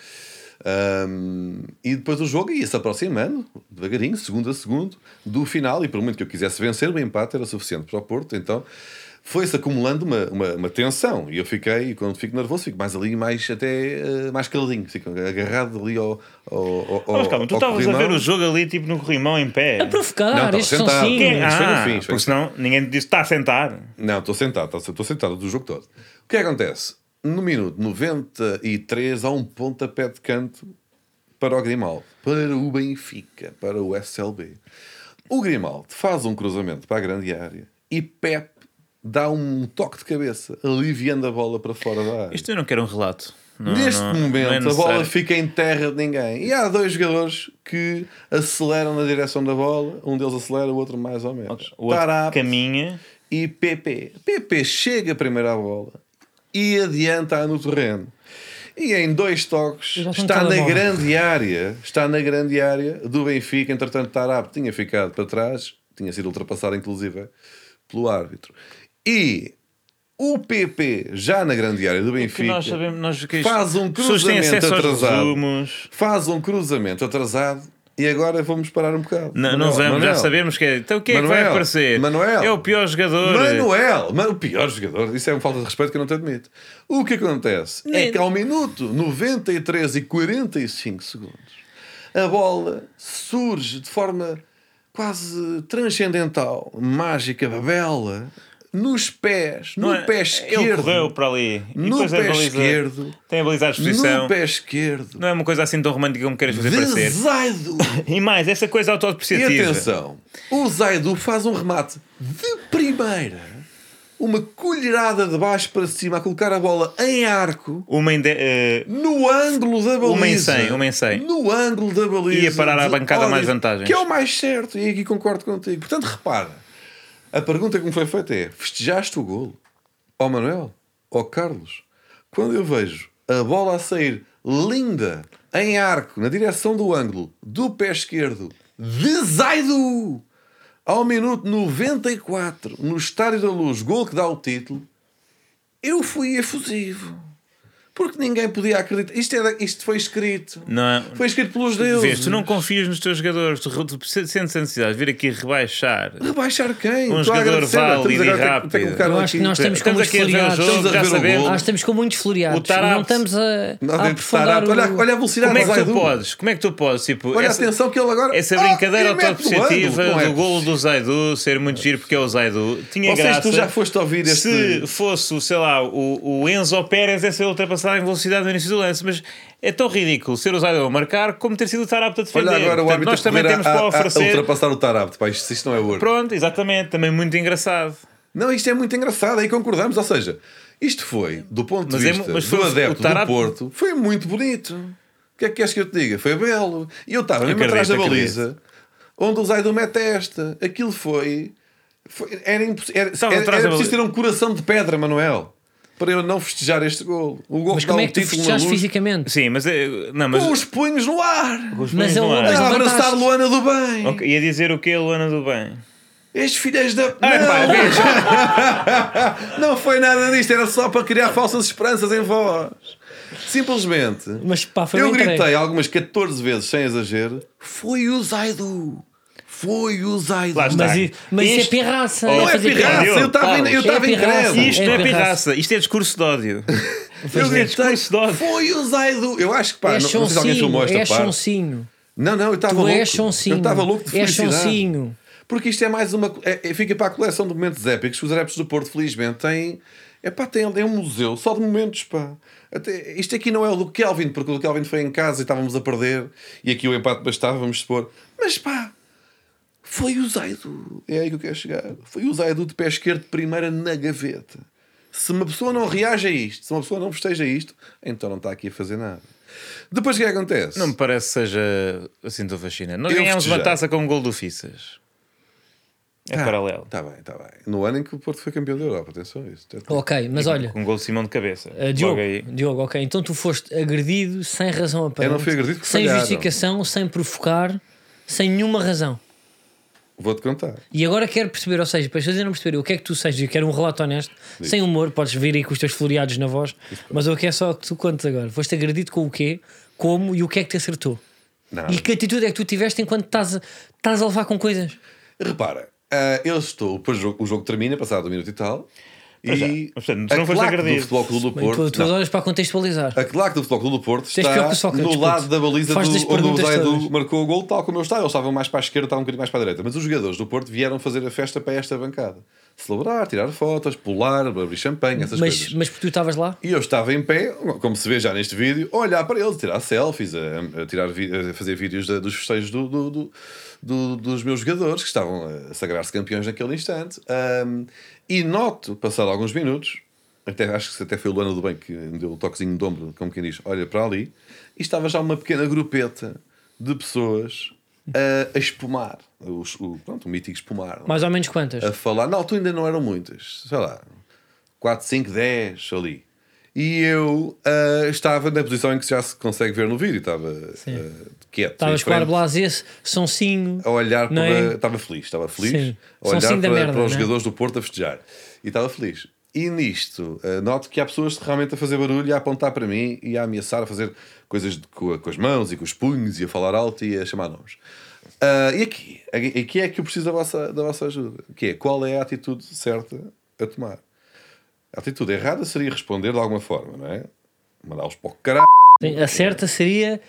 Speaker 1: Um, e depois o jogo ia-se aproximando, devagarinho, segundo a segundo, do final. E pelo momento que eu quisesse vencer, o empate era suficiente para o Porto. Então foi-se acumulando uma, uma, uma tensão. E eu fiquei, e quando fico nervoso, fico mais ali, mais até eh, mais caladinho, fico agarrado ali ao. ao, ao,
Speaker 2: Oh, mas calma, tu
Speaker 1: ao
Speaker 2: estavas a ver
Speaker 1: corrimão.
Speaker 2: o jogo ali, tipo no corrimão, em pé.
Speaker 3: A provocar,
Speaker 1: Não, tá
Speaker 3: estes são
Speaker 1: sentado. Isso
Speaker 2: Quem-
Speaker 3: sim.
Speaker 1: Ah. foi no fim,
Speaker 2: Ah,
Speaker 1: foi no
Speaker 2: porque
Speaker 1: fim.
Speaker 2: senão ninguém te diz está a sentar.
Speaker 1: Não, estou sentado, tá, estou sentado do jogo todo. O que é que acontece? No minuto 93 há um pontapé de canto para o Grimaldo, para o Benfica, para o SLB. O Grimaldo faz um cruzamento para a grande área e Pep dá um toque de cabeça, aliviando a bola para fora da área.
Speaker 2: Isto eu não quero um relato. Não-
Speaker 1: Neste
Speaker 2: não- não é
Speaker 1: momento, a
Speaker 2: necessário.
Speaker 1: bola fica em terra de ninguém. E há dois jogadores que aceleram na direção da bola. Um deles acelera, o outro mais ou menos.
Speaker 2: O outro
Speaker 1: Tarap
Speaker 2: caminha.
Speaker 1: e PP. PP chega primeiro à bola e adianta-a no terreno. E em dois toques
Speaker 3: Eu já estou
Speaker 1: está
Speaker 3: no
Speaker 1: na
Speaker 3: telemóvel.
Speaker 1: grande área, está na grande área do Benfica. Entretanto, Tarab tinha ficado para trás, tinha sido ultrapassado, inclusive, pelo árbitro. E o PP, já na grande área do
Speaker 2: Que
Speaker 1: Benfica,
Speaker 2: nós sabemos, nós, que isto-
Speaker 1: faz um
Speaker 2: pessoas têm
Speaker 1: cruzamento
Speaker 2: acesso aos
Speaker 1: atrasado.
Speaker 2: resumos.
Speaker 1: faz um cruzamento atrasado. E agora vamos parar um bocado.
Speaker 2: Não, não
Speaker 1: Manuel,
Speaker 2: vamos,
Speaker 1: Manuel.
Speaker 2: já sabemos que é. Então o que é que vai
Speaker 1: Manuel,
Speaker 2: aparecer?
Speaker 1: Manuel.
Speaker 2: É o pior jogador.
Speaker 1: Manuel, ma- o pior jogador, isso é uma falta de respeito que eu não te admito. O que acontece é
Speaker 2: Nem-
Speaker 1: que ao minuto 93 e 45 segundos, a bola surge de forma quase transcendental, mágica, bela, nos pés, no
Speaker 2: Não é?
Speaker 1: pé
Speaker 2: Ele
Speaker 1: esquerdo.
Speaker 2: correu para ali. e
Speaker 1: No
Speaker 2: depois a
Speaker 1: pé
Speaker 2: baliza-
Speaker 1: esquerdo.
Speaker 2: Tem a baliza à
Speaker 1: No
Speaker 2: disposição.
Speaker 1: pé esquerdo.
Speaker 2: Não é uma coisa assim tão romântica como queres fazer parecer.
Speaker 1: Desaido.
Speaker 2: E mais, essa
Speaker 1: E
Speaker 2: coisa autodepreciativa.
Speaker 1: atenção, o Zaidu faz um remate de primeira, uma colherada de baixo para cima, a colocar a bola em arco,
Speaker 2: Uma em de- eh,
Speaker 1: no ângulo da baliza.
Speaker 2: Uma Um em cem, uma em cem.
Speaker 1: No ângulo da baliza.
Speaker 2: Ia parar à bancada mais vantagens.
Speaker 1: vantagens. Que é o mais certo, e aqui concordo contigo. Portanto, repara, a pergunta que me foi feita é: festejaste o golo? Ó Manuel, ó Carlos, quando eu vejo a bola a sair linda, em arco, na direção do ângulo, do pé esquerdo, de Zaidu, ao minuto 94, no Estádio da Luz, gol que dá o título, eu fui efusivo. Porque ninguém podia acreditar. Isto, era, isto foi escrito.
Speaker 2: não é?
Speaker 1: Foi escrito pelos
Speaker 2: Vês,
Speaker 1: deuses.
Speaker 2: tu não confias nos teus jogadores, tu, re- tu sentes a necessidade de vir aqui rebaixar.
Speaker 1: Rebaixar quem?
Speaker 2: Um
Speaker 1: Estou a
Speaker 2: jogador
Speaker 1: agradecer.
Speaker 2: válido
Speaker 1: Estamos
Speaker 2: e
Speaker 1: agora a ter-
Speaker 2: rápido.
Speaker 1: ter que colocar um
Speaker 3: Eu acho
Speaker 1: aqui-
Speaker 3: que nós temos
Speaker 2: Estamos
Speaker 3: como
Speaker 2: aqui a ver o
Speaker 3: desfoliados.
Speaker 2: jogo,
Speaker 1: Estamos a
Speaker 2: já
Speaker 1: ver o
Speaker 2: sabemos.
Speaker 1: um gol.
Speaker 3: Nós estamos com muitos
Speaker 2: O
Speaker 3: floreados.
Speaker 2: Tarap-
Speaker 3: Não estamos a, a
Speaker 1: Não, tem de estar
Speaker 3: aprofundar.
Speaker 1: apto. olha,
Speaker 3: o-
Speaker 1: olha a velocidade
Speaker 2: Como é
Speaker 1: do
Speaker 2: que tu
Speaker 1: Zaidu.
Speaker 2: podes? Como é que tu podes? Tipo,
Speaker 1: um Olha
Speaker 2: essa-
Speaker 1: a atenção que ele agora.
Speaker 2: Essa
Speaker 1: Ah,
Speaker 2: brincadeira
Speaker 1: e mete no
Speaker 2: autodepreciativa
Speaker 1: ângulo, não é?
Speaker 2: do golo do Zaidu ser muito giro porque é o Zaidu tinha
Speaker 1: Ou seja,
Speaker 2: graça.
Speaker 1: tu já foste ouvir este.
Speaker 2: Se fosse, sei lá, o, o Enzo Pérez a ser ultrapassado em velocidade no início do lance, mas é tão ridículo ser o Zaidu a marcar como ter sido o Tarapto a defender.
Speaker 1: Olha agora o
Speaker 2: Portanto,
Speaker 1: árbitro
Speaker 2: nós também
Speaker 1: correr
Speaker 2: temos
Speaker 1: a,
Speaker 2: para
Speaker 1: a- a
Speaker 2: oferecer.
Speaker 1: ultrapassar o Tarapto. Pá, isto, isto não é ouro.
Speaker 2: Pronto, exatamente, também muito engraçado.
Speaker 1: Não, isto é muito engraçado, aí concordamos. Ou seja, isto foi, do ponto de
Speaker 2: Mas é mu-
Speaker 1: vista
Speaker 2: mas foi
Speaker 1: do
Speaker 2: o-
Speaker 1: adepto
Speaker 2: o Tarap-
Speaker 1: do Porto, foi muito bonito. O que é que queres que eu te diga? Foi belo. E eu estava mesmo
Speaker 2: Acredito,
Speaker 1: atrás da
Speaker 2: acredito.
Speaker 1: baliza, onde o Zaidu mete esta. Aquilo foi. foi- era impossível. Era,
Speaker 2: Estava
Speaker 1: era-
Speaker 2: atrás
Speaker 1: era
Speaker 2: da
Speaker 1: preciso ter
Speaker 2: baliza.
Speaker 1: um coração de pedra, Manuel, para eu não festejar este gol. O gol
Speaker 3: Mas
Speaker 1: que dá
Speaker 3: como é
Speaker 1: um
Speaker 3: que tu
Speaker 1: título na
Speaker 3: festejaste
Speaker 1: luz.
Speaker 3: fisicamente?
Speaker 2: Sim, mas. eh, Não, mas.
Speaker 1: Com os punhos no ar.
Speaker 2: os
Speaker 3: Mas
Speaker 2: punhos
Speaker 3: é
Speaker 2: no
Speaker 3: um-
Speaker 2: ar.
Speaker 3: mas
Speaker 1: A
Speaker 3: levantaste-
Speaker 1: abraçar Luana do Bem.
Speaker 2: Ok, Ia dizer o que, Luana do Bem?
Speaker 1: Estes filhos da.
Speaker 2: Ah, pá,
Speaker 1: não,
Speaker 2: veja.
Speaker 1: não foi nada disto, era só para criar falsas esperanças em vós. Simplesmente.
Speaker 3: Mas pá, foi
Speaker 1: eu
Speaker 3: bem
Speaker 1: gritei
Speaker 3: entregue.
Speaker 1: algumas 14 vezes, sem exagero. Foi o Zaidu! Foi o Zaidu!
Speaker 2: Lá está.
Speaker 3: Mas, i- mas isso é
Speaker 2: Isto-
Speaker 3: pirraça.
Speaker 2: Não
Speaker 1: Não é
Speaker 3: fazer
Speaker 1: pirraça,
Speaker 2: piada.
Speaker 1: eu estava in- eu
Speaker 3: Carlos, é
Speaker 1: estava
Speaker 3: pirraça.
Speaker 1: incrédulo.
Speaker 2: Isto
Speaker 3: É
Speaker 2: não é
Speaker 3: pirraça.
Speaker 2: pirraça, isto é discurso de [LAUGHS] ódio.
Speaker 1: Eu
Speaker 2: Isto é discurso de
Speaker 1: gritei,
Speaker 2: ódio.
Speaker 1: foi o Zaidu! Eu acho que pá,
Speaker 3: É
Speaker 1: não, não sei se alguém
Speaker 3: choncinho,
Speaker 1: filmou esta
Speaker 3: é
Speaker 1: parte.
Speaker 3: choncinho.
Speaker 1: Não, não, eu estava
Speaker 3: Tu
Speaker 1: louco.
Speaker 3: és choncinho.
Speaker 1: Eu estava louco de
Speaker 3: És
Speaker 1: felicidade.
Speaker 3: choncinho.
Speaker 1: Porque isto é mais uma. é- é- fica para a coleção de momentos épicos que os adeptos do Porto, felizmente, têm. É pá, tem, tem um museu só de momentos, pá. Até, isto aqui não é o do Kelvin, porque o do Kelvin foi em casa e estávamos a perder. E aqui o empate bastava, vamos supor. Mas pá, foi o Zaidu. É aí que eu quero chegar. Foi o Zaidu de pé esquerdo, primeira na gaveta. Se uma pessoa não reage a isto, se uma pessoa não festeja isto, então não está aqui a fazer nada. Depois o que é que acontece?
Speaker 2: Não me parece que seja assim tão fascinante. Nós
Speaker 1: Eu
Speaker 2: ganhámos uma
Speaker 1: festejei.
Speaker 2: taça com um gol do Fissas. É paralelo.
Speaker 1: Está Tá bem, está bem. No ano em que o Porto foi campeão da Europa, atenção a isso.
Speaker 3: Ok, mas olha,
Speaker 2: Com um gol de Simão de cabeça.
Speaker 3: uh,
Speaker 2: Logo
Speaker 3: Diogo,
Speaker 2: aí.
Speaker 3: Diogo, ok. Então tu foste agredido sem razão aparente.
Speaker 1: Eu não fui agredido porque
Speaker 3: Sem
Speaker 1: falharam.
Speaker 3: justificação, sem provocar, sem nenhuma razão.
Speaker 1: Vou-te contar.
Speaker 3: E agora quero perceber, ou seja, para as pessoas não perceber o que é que tu sejas, eu quero um relato honesto, sem humor, podes vir aí com os teus floreados na voz, mas eu quero só que tu contes agora. Foste agredido com o quê? como e o que é que te acertou.
Speaker 1: Não.
Speaker 3: E que atitude é que tu tiveste enquanto estás a, estás a levar com coisas?
Speaker 1: Repara, ah, eu estou. Depois o jogo, o jogo termina, passado um minuto e tal.
Speaker 2: é. Mas já,
Speaker 1: E
Speaker 2: portanto, tu não
Speaker 1: a
Speaker 2: foste
Speaker 1: claque do
Speaker 2: agredido.
Speaker 1: futebol Clube do
Speaker 3: Bem, tu,
Speaker 1: Porto.
Speaker 3: tu
Speaker 1: não,
Speaker 3: olhas para contextualizar.
Speaker 1: a claque do futebol Clube do Porto
Speaker 3: Tens pior que
Speaker 1: está
Speaker 3: é o Sócrates,
Speaker 1: no
Speaker 3: puto.
Speaker 1: lado da baliza do,
Speaker 3: Faz-te as
Speaker 1: onde o
Speaker 3: perguntas
Speaker 1: Zé
Speaker 3: todas.
Speaker 1: Edu marcou o gol, tal como eu estava. Eles estavam mais para a esquerda, estavam um bocadinho mais para a direita. Mas os jogadores do Porto vieram fazer a festa para esta bancada. Celebrar, tirar fotos, pular, abrir champanhe, essas
Speaker 3: Mas,
Speaker 1: coisas.
Speaker 3: mas porque tu estavas lá?
Speaker 1: E eu estava em pé, como se vê já neste vídeo, a olhar para eles, tirar selfies, a, a tirar, vi- a fazer vídeos da- dos festejos do- do- do- do- dos meus jogadores, que estavam a sagrar-se campeões naquele instante. Ahm, e noto, passado alguns minutos, até, acho que até foi o Luana do Bem que me deu o toquezinho de ombro, como quem diz, olha para ali, e estava já uma pequena grupeta de pessoas a, a espumar, Os- o, pronto, o mítico espumar. não é?
Speaker 3: Mais ou menos quantas?
Speaker 1: a falar. Na altura ainda não eram muitas, sei lá, 4, 5, 10 ali. E eu ah, estava na posição em que já se consegue ver no vídeo, estava ah, quieto.
Speaker 3: Estavas
Speaker 1: em
Speaker 3: com o ar
Speaker 1: frente,
Speaker 3: blasé, sonsinho.
Speaker 1: a olhar
Speaker 3: não
Speaker 1: para.
Speaker 3: é?
Speaker 1: Estava feliz, estava feliz.
Speaker 3: Sim.
Speaker 1: A
Speaker 3: São
Speaker 1: olhar
Speaker 3: cinco
Speaker 1: para,
Speaker 3: da merda,
Speaker 1: para os
Speaker 3: não é?
Speaker 1: jogadores do Porto a festejar. E estava feliz. E nisto, ah, noto que há pessoas realmente a fazer barulho e a apontar para mim e a ameaçar a fazer coisas de- com, a- com as mãos e com os punhos e a falar alto e a chamar nomes. Ah, e aqui? Aqui é que eu preciso da vossa, da vossa ajuda. Que é, qual é a atitude certa a tomar? A atitude errada seria responder de alguma forma, não é? Mandá-los para o caralho.
Speaker 3: Sim,
Speaker 2: é.
Speaker 3: A certa seria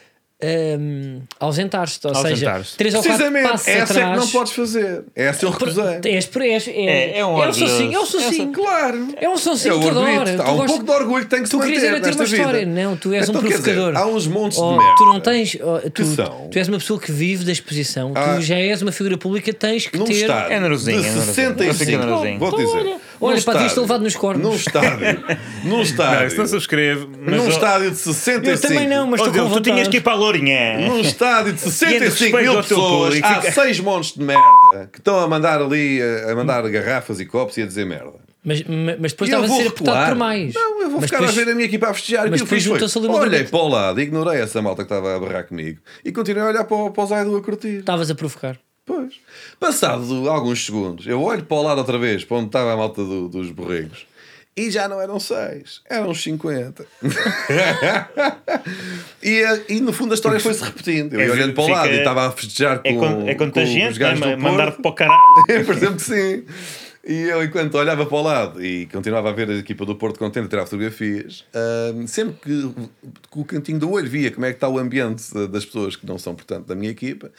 Speaker 3: hum, ausentar-se. Ou seja,
Speaker 2: Ausentar-se.
Speaker 3: três ou quatro passos
Speaker 1: Precisamente, essa é que
Speaker 3: atrás.
Speaker 1: não podes fazer. Essa eu recusei.
Speaker 3: És, és, és,
Speaker 2: É- é
Speaker 3: é
Speaker 2: um
Speaker 3: um
Speaker 2: orgulhoso.
Speaker 3: sonsinho, é um
Speaker 2: É um
Speaker 3: sonsinho.
Speaker 1: Claro.
Speaker 3: É um sonsinho
Speaker 1: É o
Speaker 3: que
Speaker 1: orgulho.
Speaker 3: adora.
Speaker 1: Há
Speaker 3: Tu
Speaker 1: um
Speaker 3: gostas-
Speaker 1: pouco de orgulho que tem que se
Speaker 3: Tu querias
Speaker 1: manter
Speaker 3: era é ter
Speaker 1: nesta
Speaker 3: uma história.
Speaker 1: vida.
Speaker 3: Não, tu és um
Speaker 1: Então, quer dizer,
Speaker 3: provocador.
Speaker 1: há uns montes de
Speaker 3: Oh,
Speaker 1: merda.
Speaker 3: Tu não tens. oh, tu,
Speaker 1: são?
Speaker 3: tu és uma pessoa que vive da exposição.
Speaker 1: Ah.
Speaker 3: Tu já és uma figura pública, tens que
Speaker 1: Num
Speaker 3: ter.
Speaker 1: estádio
Speaker 2: É neurosinho, é
Speaker 1: de
Speaker 2: neurosinho.
Speaker 1: 65
Speaker 2: Não fica
Speaker 1: Vou dizer
Speaker 3: Olha,
Speaker 1: Num
Speaker 3: olha, pá, devias
Speaker 1: estádio-
Speaker 3: ter levado nos cornos.
Speaker 1: Num estádio Num
Speaker 2: Não, Ah, isso
Speaker 1: estádio
Speaker 2: não subscreve. Mas
Speaker 1: Num
Speaker 2: ó-
Speaker 1: estádio de
Speaker 3: Eu
Speaker 1: 65
Speaker 3: também não, mas
Speaker 2: ó,
Speaker 3: estou
Speaker 2: Diogo,
Speaker 3: com
Speaker 2: tu
Speaker 3: vontade.
Speaker 2: tinhas que ir para a Lourinhã.
Speaker 1: Num estádio de 65
Speaker 2: respeito
Speaker 1: mil
Speaker 2: é ao teu
Speaker 1: pessoas
Speaker 2: público.
Speaker 1: Há seis montes de merda Que estão a mandar ali A a mandar garrafas e copos e a dizer merda
Speaker 3: Mas, mas mas depois
Speaker 1: E eu
Speaker 3: estava a
Speaker 1: vou
Speaker 3: ser apertado
Speaker 1: recuar.
Speaker 3: por mais.
Speaker 1: Não, eu vou
Speaker 3: Mas
Speaker 1: ficar
Speaker 3: depois-
Speaker 1: a ver a minha equipa a festejar.
Speaker 3: mas
Speaker 1: Mas
Speaker 3: depois
Speaker 1: depois foi,
Speaker 3: juntou-se ali uma
Speaker 1: olhei
Speaker 3: grupeta.
Speaker 1: para o lado, ignorei essa malta que estava a barrar comigo e continuei a olhar para o, para o Zaidu a curtir.
Speaker 3: Estavas a provocar.
Speaker 1: Pois. Passado alguns segundos, eu olho para o lado outra vez, para onde estava a malta do- dos borregos, e já não eram seis, eram uns 50. [LAUGHS] e, eh, e no fundo a história foi-se repetindo. Eu
Speaker 2: É,
Speaker 1: ia olhando para o
Speaker 2: fica-
Speaker 1: lado e estava a festejar com,
Speaker 2: É, con é
Speaker 1: com os
Speaker 2: contagiante,
Speaker 1: gajos
Speaker 2: né?
Speaker 1: do
Speaker 2: mandar
Speaker 1: Porto.
Speaker 2: para o caralho.
Speaker 1: [LAUGHS] Eu, por exemplo, sim. E eu, enquanto olhava para o lado e continuava a ver a equipa do Porto contente a tirar fotografias, ahm, sempre que com o cantinho do olho via como é que está o ambiente ah, das pessoas que não são, portanto, da minha equipa,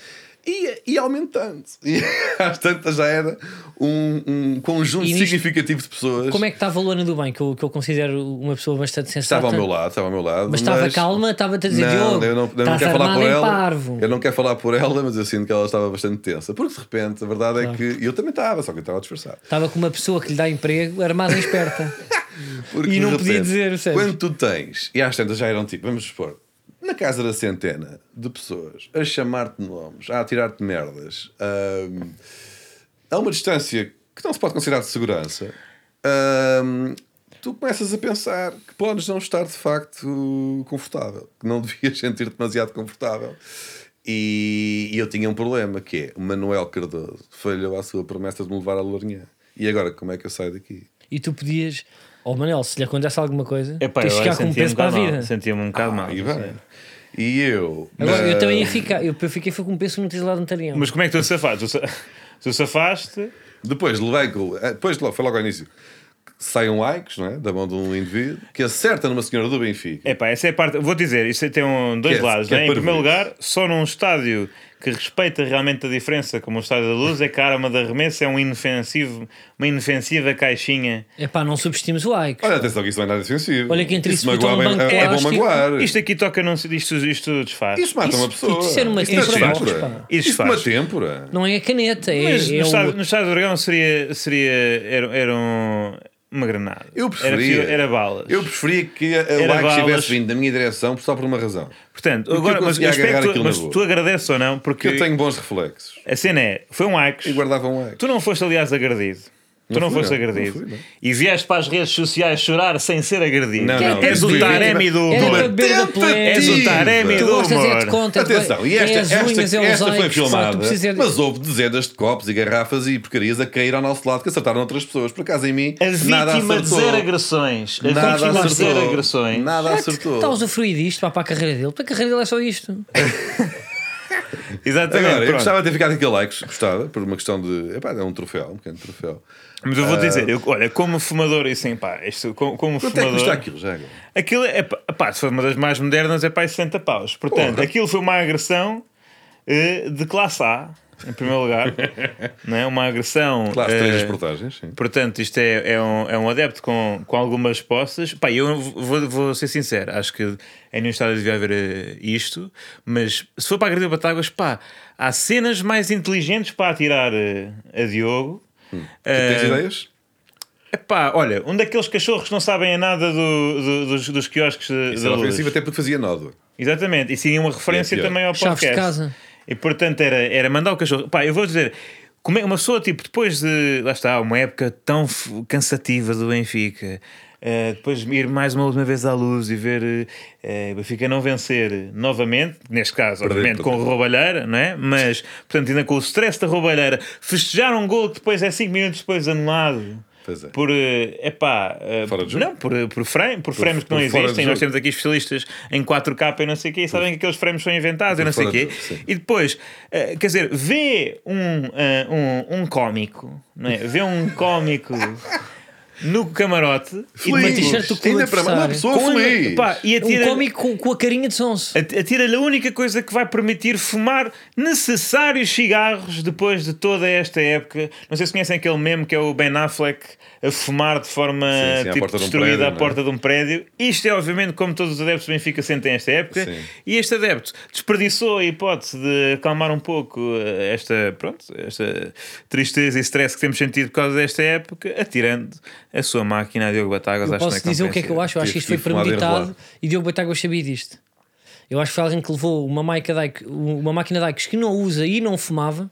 Speaker 1: ia, ia aumentando. [LAUGHS] E às tantas já era um, um conjunto
Speaker 3: E nisto-
Speaker 1: significativo de pessoas.
Speaker 3: Como é que estava a Luana do Bem, que eu, que eu considero uma pessoa bastante sensata?
Speaker 1: Estava ao meu lado, estava ao meu lado.
Speaker 3: Mas estava calma, estava a dizer
Speaker 1: Não,
Speaker 3: Diogo.
Speaker 1: eu não, eu não
Speaker 3: estás
Speaker 1: quero falar
Speaker 3: armado
Speaker 1: por
Speaker 3: em
Speaker 1: ela.
Speaker 3: Parvo.
Speaker 1: Eu não quero falar por ela, mas eu sinto que ela estava bastante tensa. Porque de repente a verdade é
Speaker 3: Claro.
Speaker 1: que. e Eu também estava, só que eu estava disfarçado.
Speaker 3: Estava com uma pessoa que lhe dá emprego, armada e esperta.
Speaker 1: Porque,
Speaker 3: E não
Speaker 1: de
Speaker 3: podia
Speaker 1: repente,
Speaker 3: dizer, percebes?
Speaker 1: Quando tu tens, e às tantas já eram tipo, vamos supor, na casa da centena de pessoas a chamar-te nomes, a tirar-te merdas, hum, a uma distância que não se pode considerar de segurança, hum, tu começas a pensar que podes não estar de facto confortável, que não [LAUGHS] devias sentir-te demasiado confortável. E, e eu tinha um problema que é o Manuel Cardoso falhou à sua promessa de me levar à Lourinhã. E agora, como é que eu saio daqui?
Speaker 3: e tu podias, ó Manel, se lhe acontece alguma coisa,
Speaker 2: [LAUGHS] Epá,
Speaker 3: tens de
Speaker 2: agora
Speaker 3: ficar com um
Speaker 2: sentia-me
Speaker 3: peso para a
Speaker 2: um
Speaker 3: vida.
Speaker 2: bocado mal. Sentia-me um
Speaker 3: Ah,
Speaker 2: bocado mal.
Speaker 1: E bem. E eu. eh,
Speaker 3: Agora, eu
Speaker 1: mas-
Speaker 3: também ia ficar, eu, eu fiquei foi com um peso muito isolado no tarião.
Speaker 2: Mas como é que tu te safaste? Tu, sa- [LAUGHS] tu safaste.
Speaker 1: Depois levei com. eh, Depois logo- foi logo ao início. Sai um Aikos, não é? Da mão de um indivíduo que acerta numa senhora do Benfica.
Speaker 2: Epá, essa é a parte. Vou dizer, isso tem um, dois
Speaker 1: Que é-
Speaker 2: lados.
Speaker 1: que é
Speaker 2: né? Em
Speaker 1: parvo
Speaker 2: primeiro
Speaker 1: isso.
Speaker 2: lugar, só num estádio que respeita realmente a diferença, como o estádio da luz, é que a arma de arremesso é um inofensivo, uma inofensiva caixinha.
Speaker 3: É pá, não subestimes o Ike.
Speaker 1: Olha, atenção, que isso não é nada defensivo.
Speaker 3: Olha que entre isso botou
Speaker 1: magoa
Speaker 3: um
Speaker 1: bem-
Speaker 3: banco
Speaker 1: é, é bom
Speaker 3: plástico.
Speaker 1: magoar.
Speaker 2: Isto aqui toca num. Isto, isto desfaz.
Speaker 1: Isso mata
Speaker 3: Isso-
Speaker 1: uma pessoa.
Speaker 3: isso era uma
Speaker 1: é
Speaker 2: têmpora,
Speaker 1: têmpora.
Speaker 3: pá.
Speaker 2: Isso
Speaker 1: Isto é uma
Speaker 2: faz.
Speaker 1: têmpora.
Speaker 3: Não é a caneta, é,
Speaker 2: Mas
Speaker 3: é
Speaker 1: um
Speaker 2: no, estádio,
Speaker 3: o.
Speaker 2: no estádio do Dragão seria, seria era, era um- uma granada.
Speaker 1: Eu
Speaker 2: Era,
Speaker 1: preferia.
Speaker 2: preciso- era balas.
Speaker 1: Eu preferia que a-
Speaker 2: Era
Speaker 1: a Aikos
Speaker 2: balas.
Speaker 1: tivesse vindo da minha direção só por uma razão.
Speaker 2: Portanto,
Speaker 1: eu
Speaker 2: agora, mas,
Speaker 1: conseguia
Speaker 2: eu espero
Speaker 1: agarrar
Speaker 2: que tu,
Speaker 1: aquilo na
Speaker 2: mas
Speaker 1: boa.
Speaker 2: tu agradeces ou não,
Speaker 1: Que
Speaker 2: porque
Speaker 1: eu tenho bons reflexos.
Speaker 2: a cena é: foi um Ajax.
Speaker 1: E guardava um Aikos.
Speaker 2: Tu não foste, aliás, agredido. tu não
Speaker 1: fui,
Speaker 2: foste
Speaker 1: não.
Speaker 2: agredido.
Speaker 1: Não fui, não.
Speaker 2: E vieste para as redes sociais chorar sem ser agredido.
Speaker 1: Não,
Speaker 3: é
Speaker 1: não,
Speaker 2: és
Speaker 1: isso
Speaker 2: o
Speaker 1: foi-
Speaker 2: Taremi do
Speaker 3: Era
Speaker 2: humor.
Speaker 3: para beber da
Speaker 1: Tentativa!
Speaker 3: plebe.
Speaker 2: És o Taremi
Speaker 3: Tu
Speaker 2: do
Speaker 3: gostas é de
Speaker 2: humor.
Speaker 3: conta.
Speaker 1: Atenção, e
Speaker 3: é
Speaker 1: esta,
Speaker 3: as
Speaker 1: esta,
Speaker 3: unhas, é os
Speaker 1: esta foi
Speaker 3: olhos, só
Speaker 1: filmada,
Speaker 3: tu precisas de-
Speaker 1: mas houve dezenas de copos e garrafas e porcarias a cair ao nosso lado que acertaram outras pessoas. Por acaso em mim,
Speaker 2: A
Speaker 1: nada
Speaker 2: vítima de
Speaker 1: acertou.
Speaker 2: zero agressões. A
Speaker 1: Nada
Speaker 2: vítima de zero
Speaker 1: acertou.
Speaker 2: agressões.
Speaker 1: Nada
Speaker 3: Ah,
Speaker 1: acertou.
Speaker 3: Está a usufruir disto pá, para a carreira dele. Para a carreira dele é só isto.
Speaker 2: Exatamente.
Speaker 1: Agora, eu
Speaker 2: pronto.
Speaker 1: gostava de ter ficado aquele like, gostava, por uma questão de. Epá, é um troféu, um pequeno troféu.
Speaker 2: Mas eu vou dizer, eu, olha, como fumador, e assim, pá, isto, como, como
Speaker 1: Ah. Quanto é que custa
Speaker 2: fumador.
Speaker 1: aquilo, já agora?
Speaker 2: Aquilo é, pá, pá, se for uma das mais modernas, é pá, aí 60 paus. Portanto,
Speaker 1: Porra.
Speaker 2: aquilo foi uma agressão eh, de classe A, em
Speaker 1: [LAUGHS]
Speaker 2: primeiro lugar. não é? Uma agressão.
Speaker 1: Classe
Speaker 2: eh,
Speaker 1: 3 das portagens, sim.
Speaker 2: Portanto, isto é, é, um, é um adepto com, com algumas posses. Pá, eu vou, vou ser sincero, acho que em nenhum estádio devia haver eh, isto, mas se for para agredir Batáguas, pá, há cenas mais inteligentes para atirar eh, a Diogo.
Speaker 1: Hum. Tens
Speaker 2: Eh,
Speaker 1: ideias?
Speaker 2: Epá, olha, um daqueles cachorros que não sabem a nada do- do- dos, dos quiosques de,
Speaker 1: Isso
Speaker 2: da
Speaker 1: era
Speaker 2: luz.
Speaker 1: ofensivo até porque fazia nódoa.
Speaker 2: Exatamente, e tinha uma referência
Speaker 1: é pior.
Speaker 2: também ao
Speaker 3: Chaves
Speaker 2: podcast.
Speaker 3: de casa.
Speaker 2: E portanto era, era mandar o cachorro. Pá, eu vou dizer, como é- uma pessoa, tipo, depois de. Lá está, uma época tão f- cansativa do Benfica. eh, depois ir mais uma última vez à luz e ver eh, eh, o Benfica não vencer novamente, neste caso,
Speaker 1: Perder
Speaker 2: obviamente, com
Speaker 1: tudo.
Speaker 2: o roubalheira, não é? Mas, portanto, ainda com o stress da roubalheira, festejar um gol que depois é 5 minutos depois anulado.
Speaker 1: Pois é.
Speaker 2: Por, eh, epá, eh,
Speaker 1: Fora de jogo.
Speaker 2: não, por, por, frame, por, frames que não
Speaker 1: por fora de
Speaker 2: existem. Nós
Speaker 1: jogo.
Speaker 2: temos aqui especialistas em 4K e não sei o quê, e sabem que aqueles frames são inventados e não sei o
Speaker 1: fora de
Speaker 2: quê.
Speaker 1: jogo, sim.
Speaker 2: E depois, eh, quer dizer, vê um, eh, um, um cómico, não é? Vê um cómico no camarote e
Speaker 1: Feliz.
Speaker 3: uma t-shirt do clube
Speaker 1: Ainda para mais, uma
Speaker 3: adversário.
Speaker 1: pessoa feliz.
Speaker 2: pá, e
Speaker 3: Um
Speaker 2: atira,
Speaker 3: cómico com, com a carinha de sonso.
Speaker 2: at- atira-lhe a única coisa que vai permitir fumar necessários cigarros depois de toda esta época. Não sei se conhecem aquele meme que é o Ben Affleck a fumar de forma
Speaker 1: Sim, sim, à
Speaker 2: tipo,
Speaker 1: porta de um
Speaker 2: destruída
Speaker 1: prédio,
Speaker 2: à
Speaker 1: não é?
Speaker 2: porta de um prédio. Isto é obviamente como todos os adeptos do Benfica sentem esta época.
Speaker 1: Sim.
Speaker 2: E este adepto desperdiçou a hipótese de acalmar um pouco eh, esta, pronto, esta tristeza e stress que temos sentido por causa desta época, atirando a sua máquina a Diogo Batagas. acho
Speaker 3: Posso
Speaker 2: na
Speaker 3: dizer o que é que eu
Speaker 2: compensa.
Speaker 3: acho? Eu acho que isto foi
Speaker 1: Tive- tive fumado e
Speaker 3: premeditado
Speaker 1: enrolado.
Speaker 3: e Diogo Batáguas sabia disto. Eu acho que foi alguém que levou uma, maica Dyke- uma máquina Dykes que não usa e não fumava.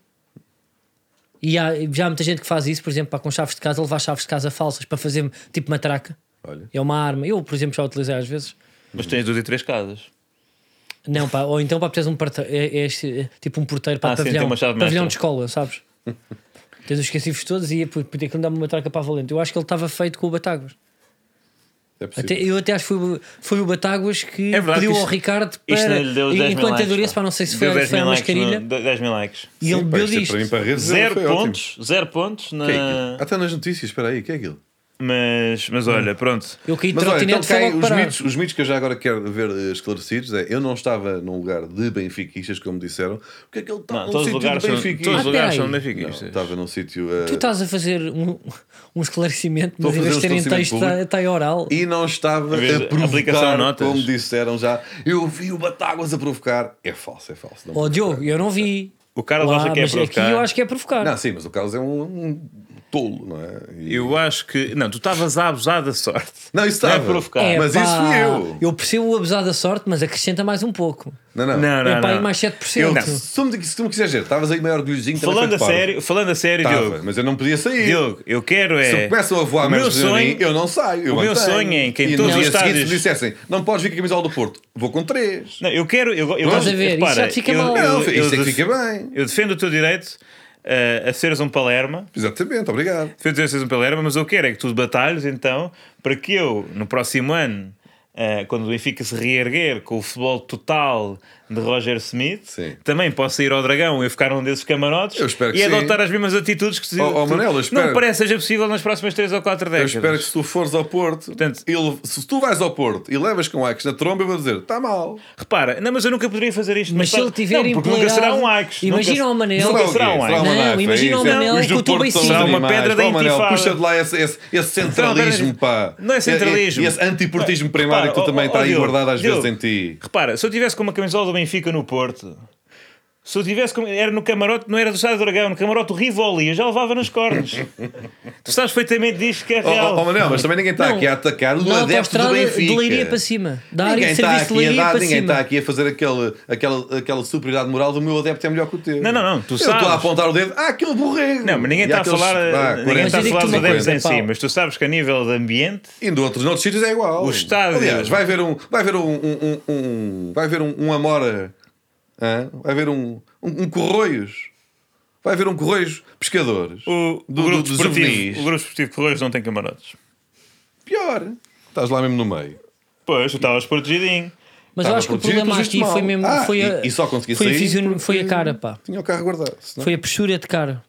Speaker 3: E há, já há muita gente que faz isso, por exemplo, pá, com chaves de casa, levar chaves de casa falsas para fazer tipo matraca.
Speaker 1: Olha.
Speaker 3: É uma arma. Eu, por exemplo, já utilizei às vezes.
Speaker 2: Mas tens duas e três casas.
Speaker 3: Não, pá, ou então para precisas um porteiro, é, é este, é tipo um porteiro para
Speaker 2: Ah, sim,
Speaker 3: pavilhão,
Speaker 2: tem uma chave
Speaker 3: pavilhão
Speaker 2: mestra.
Speaker 3: de escola, sabes?
Speaker 2: [LAUGHS]
Speaker 3: Tens os esquecivos todos e ia podia que me dava uma traca para a valente. Eu acho que ele estava feito com o Batáguas.
Speaker 1: É possível.
Speaker 3: Até, eu até acho que foi, o- foi o Batáguas que
Speaker 2: É verdade
Speaker 3: pediu
Speaker 2: que
Speaker 3: ao
Speaker 2: isto-
Speaker 3: Ricardo
Speaker 2: Isto
Speaker 3: para,
Speaker 2: lhe deu 10 mil
Speaker 3: enquanto é
Speaker 2: likes,
Speaker 3: adereço,
Speaker 2: pá.
Speaker 3: para não sei se
Speaker 2: Deu
Speaker 3: foi,
Speaker 2: 10
Speaker 3: foi
Speaker 2: mil
Speaker 3: a
Speaker 2: likes
Speaker 3: mascarilha,
Speaker 2: no- 10 mil likes.
Speaker 3: e ele
Speaker 1: Sim, pá,
Speaker 3: bebeu
Speaker 1: isto é
Speaker 3: disto.
Speaker 1: Para mim, para redes,
Speaker 2: Zero
Speaker 1: foi ótimo.
Speaker 2: pontos, zero pontos na.
Speaker 1: O que é aquilo? Até nas notícias, espera aí, o que é aquilo?
Speaker 2: mas, mas
Speaker 1: Hum.
Speaker 2: olha, pronto.
Speaker 3: Eu caí de
Speaker 1: Mas olha, então
Speaker 3: trotinete, foi
Speaker 1: cai,
Speaker 3: logo
Speaker 1: os,
Speaker 3: parar.
Speaker 1: mitos, os mitos que eu já agora quero ver eh, esclarecidos é eu não estava num lugar de benfiquistas, como disseram, é porque aquele
Speaker 2: Não,
Speaker 1: estava num
Speaker 2: todos os
Speaker 1: sítio
Speaker 2: lugares
Speaker 1: de
Speaker 2: são,
Speaker 1: benfiquistas.
Speaker 2: todos os
Speaker 3: Ah,
Speaker 2: lugares
Speaker 3: peraí.
Speaker 2: são
Speaker 1: Não,
Speaker 2: benfiquistas.
Speaker 1: estava num sítio... eh,
Speaker 3: Tu estás a fazer um, um esclarecimento,
Speaker 1: Estou a
Speaker 3: mas em vez de
Speaker 1: fazer um
Speaker 3: terem texto,
Speaker 1: esclarecimento
Speaker 3: está, está em oral.
Speaker 1: E não estava
Speaker 2: Em vez de
Speaker 1: a provocar,
Speaker 2: aplicação, notas.
Speaker 1: como disseram já. Eu vi o Batáguas a provocar. É falso, é falso. Não,
Speaker 3: Ó Diogo, eu não vi.
Speaker 2: O Carlos
Speaker 3: Lá,
Speaker 2: acha que é
Speaker 3: mas
Speaker 2: provocar.
Speaker 3: aqui eu acho que é provocar.
Speaker 1: não sim, mas o Carlos é um, um tolo, não é? E-
Speaker 2: Eu acho que. Não, tu estavas a abusar da sorte.
Speaker 1: Não, isso estava.
Speaker 2: Não é provocar.
Speaker 3: É,
Speaker 1: mas
Speaker 3: pá,
Speaker 1: isso fui eu.
Speaker 3: Eu percebo o abusar da sorte, mas acrescenta mais um pouco.
Speaker 1: Não, não.
Speaker 2: Não,
Speaker 3: é
Speaker 2: não,
Speaker 3: pá, aí
Speaker 2: não.
Speaker 3: mais 7%.
Speaker 2: Eu-
Speaker 1: Se, se tu me, se tu me quiseres dizer, estavas aí meio orgulhozinho. também
Speaker 2: Falando
Speaker 1: foi
Speaker 2: a
Speaker 1: parvo.
Speaker 2: sério, falando a sério,
Speaker 1: Estava,
Speaker 2: Diogo.
Speaker 1: mas eu não podia sair.
Speaker 2: Diogo, eu quero é.
Speaker 1: Se me começam a voar
Speaker 2: o meu
Speaker 1: menos de mim,
Speaker 2: sonho,
Speaker 1: eu não saio. Eu
Speaker 2: o meu
Speaker 1: mantenho.
Speaker 2: sonho é que em
Speaker 1: e
Speaker 2: todos
Speaker 1: no dia
Speaker 2: os
Speaker 1: seguinte
Speaker 2: estádios-
Speaker 1: me dissessem: não podes vir com a camisola do Porto, vou com três.
Speaker 2: Não, eu quero. Eu, eu
Speaker 3: Estás
Speaker 2: gosto-
Speaker 3: a ver?
Speaker 2: repara,
Speaker 3: Isso já te fica
Speaker 2: eu-
Speaker 3: mal.
Speaker 2: eu-
Speaker 1: Não,
Speaker 2: eu
Speaker 1: isso é que
Speaker 2: def-
Speaker 1: fica bem.
Speaker 2: Eu defendo o teu direito eh, a seres um Palerma.
Speaker 1: Exatamente, obrigado.
Speaker 2: Defendo o teu direito a seres um Palerma, mas eu quero é que tu batalhes então para que eu, no próximo ano, eh, quando o Benfica se reerguer com o futebol total de Roger Smith,
Speaker 1: Sim.
Speaker 2: também possa ir ao Dragão e ficar num desses camarotes
Speaker 1: Eu espero que
Speaker 2: e
Speaker 1: sim.
Speaker 2: adotar as mesmas atitudes que se
Speaker 1: Oh, oh,
Speaker 2: tu-
Speaker 1: Manel, eu
Speaker 2: não
Speaker 1: espero-
Speaker 2: parece seja possível nas próximas 3 ou 4
Speaker 1: Eu
Speaker 2: décadas.
Speaker 1: espero que se tu fores ao Porto,
Speaker 2: É, Portanto-
Speaker 1: ele- se tu vais ao Porto e levas com Axe na tromba, eu vou dizer: está mal.
Speaker 2: Repara, não, mas eu nunca poderia fazer isto.
Speaker 3: Mas se
Speaker 2: tá-
Speaker 3: ele tiver
Speaker 2: não, porque nunca
Speaker 3: empoleirado-
Speaker 2: será um Axe.
Speaker 3: Imagina
Speaker 2: nunca,
Speaker 3: o Manel-
Speaker 2: Nunca
Speaker 1: o quê?
Speaker 2: será um
Speaker 1: Será
Speaker 2: Axe.
Speaker 3: Não,
Speaker 1: naifa,
Speaker 3: imagina
Speaker 1: é
Speaker 3: o
Speaker 1: isso, é?
Speaker 3: Manel
Speaker 1: Os do
Speaker 3: com o tubo
Speaker 1: Porto
Speaker 3: em cima.
Speaker 1: são os
Speaker 2: Será uma
Speaker 1: animais.
Speaker 2: pedra da
Speaker 1: Pá, Manel,
Speaker 2: intifada.
Speaker 1: Puxa de lá esse, esse, esse centralismo, pá.
Speaker 2: Não é centralismo.
Speaker 1: E esse antiportismo primário que tu
Speaker 2: Repara,
Speaker 1: também
Speaker 2: ó,
Speaker 1: está
Speaker 2: ó,
Speaker 1: aí
Speaker 2: Diogo,
Speaker 1: guardado às
Speaker 2: Diogo,
Speaker 1: vezes em ti.
Speaker 2: Repara, se eu tivesse com uma camisola do Benfica no Porto, Se eu tivesse. comido- Era no camarote, não era do Estado do Dragão, no camarote do Rivoli, eu já levava nos cornos.
Speaker 1: [LAUGHS]
Speaker 2: tu sabes perfeitamente disto que é
Speaker 1: Oh,
Speaker 2: real.
Speaker 1: oh, oh, Manel, mas também ninguém está
Speaker 3: Não.
Speaker 1: aqui a atacar o
Speaker 3: Na
Speaker 1: adepto do
Speaker 3: autoestrada
Speaker 1: Benfica.
Speaker 3: de Leiria para cima. Da área
Speaker 1: Ninguém
Speaker 3: de
Speaker 1: está
Speaker 3: serviço de
Speaker 1: aqui a
Speaker 3: Leiria
Speaker 1: dar,
Speaker 3: para
Speaker 1: ninguém está
Speaker 3: cima.
Speaker 1: aqui a fazer aquele, aquela, aquela superioridade moral do meu adepto é melhor que o teu.
Speaker 2: Não, não, não, tu
Speaker 1: eu
Speaker 2: sabes.
Speaker 1: estou a apontar o dedo, ah, aquele borrego.
Speaker 2: Não, mas ninguém
Speaker 1: E
Speaker 2: está a
Speaker 1: aqueles- "Ah,
Speaker 2: falar,
Speaker 1: vá,
Speaker 2: ninguém
Speaker 1: 40,
Speaker 2: está a
Speaker 3: Mas eu
Speaker 2: falar dos
Speaker 3: digo-te uma
Speaker 2: adeptos em
Speaker 3: coisa,
Speaker 2: si,
Speaker 3: Paulo.
Speaker 2: mas tu sabes que a nível de ambiente,
Speaker 1: E do outro, noutros sítios é igual.
Speaker 2: O estádio-
Speaker 1: Aliás, vai haver um. Vai haver um. um, um, um- vai haver um, um Amora. hã? Vai haver um, um. um Corroios. Vai haver um Corroios Pescadores.
Speaker 2: o,
Speaker 1: do,
Speaker 2: o
Speaker 1: do-
Speaker 2: grupo
Speaker 1: dos
Speaker 2: desportivo,
Speaker 1: juvenis.
Speaker 2: o grupo desportivo de Correios não tem camarotes.
Speaker 1: Pior. Estás lá mesmo no meio.
Speaker 2: Pois, tu estavas protegidinho.
Speaker 3: Mas eu
Speaker 1: Estava
Speaker 3: acho que o
Speaker 1: protegido e
Speaker 3: problema
Speaker 1: puseste
Speaker 3: aqui foi
Speaker 1: mal.
Speaker 3: mesmo.
Speaker 1: Ah,
Speaker 3: foi a,
Speaker 1: e- e só consegui
Speaker 3: foi, a
Speaker 1: sair
Speaker 3: fisiono-
Speaker 1: porque-
Speaker 3: foi a cara, pá.
Speaker 1: Tinha o carro guardado. senão-
Speaker 3: Foi a postura de cara.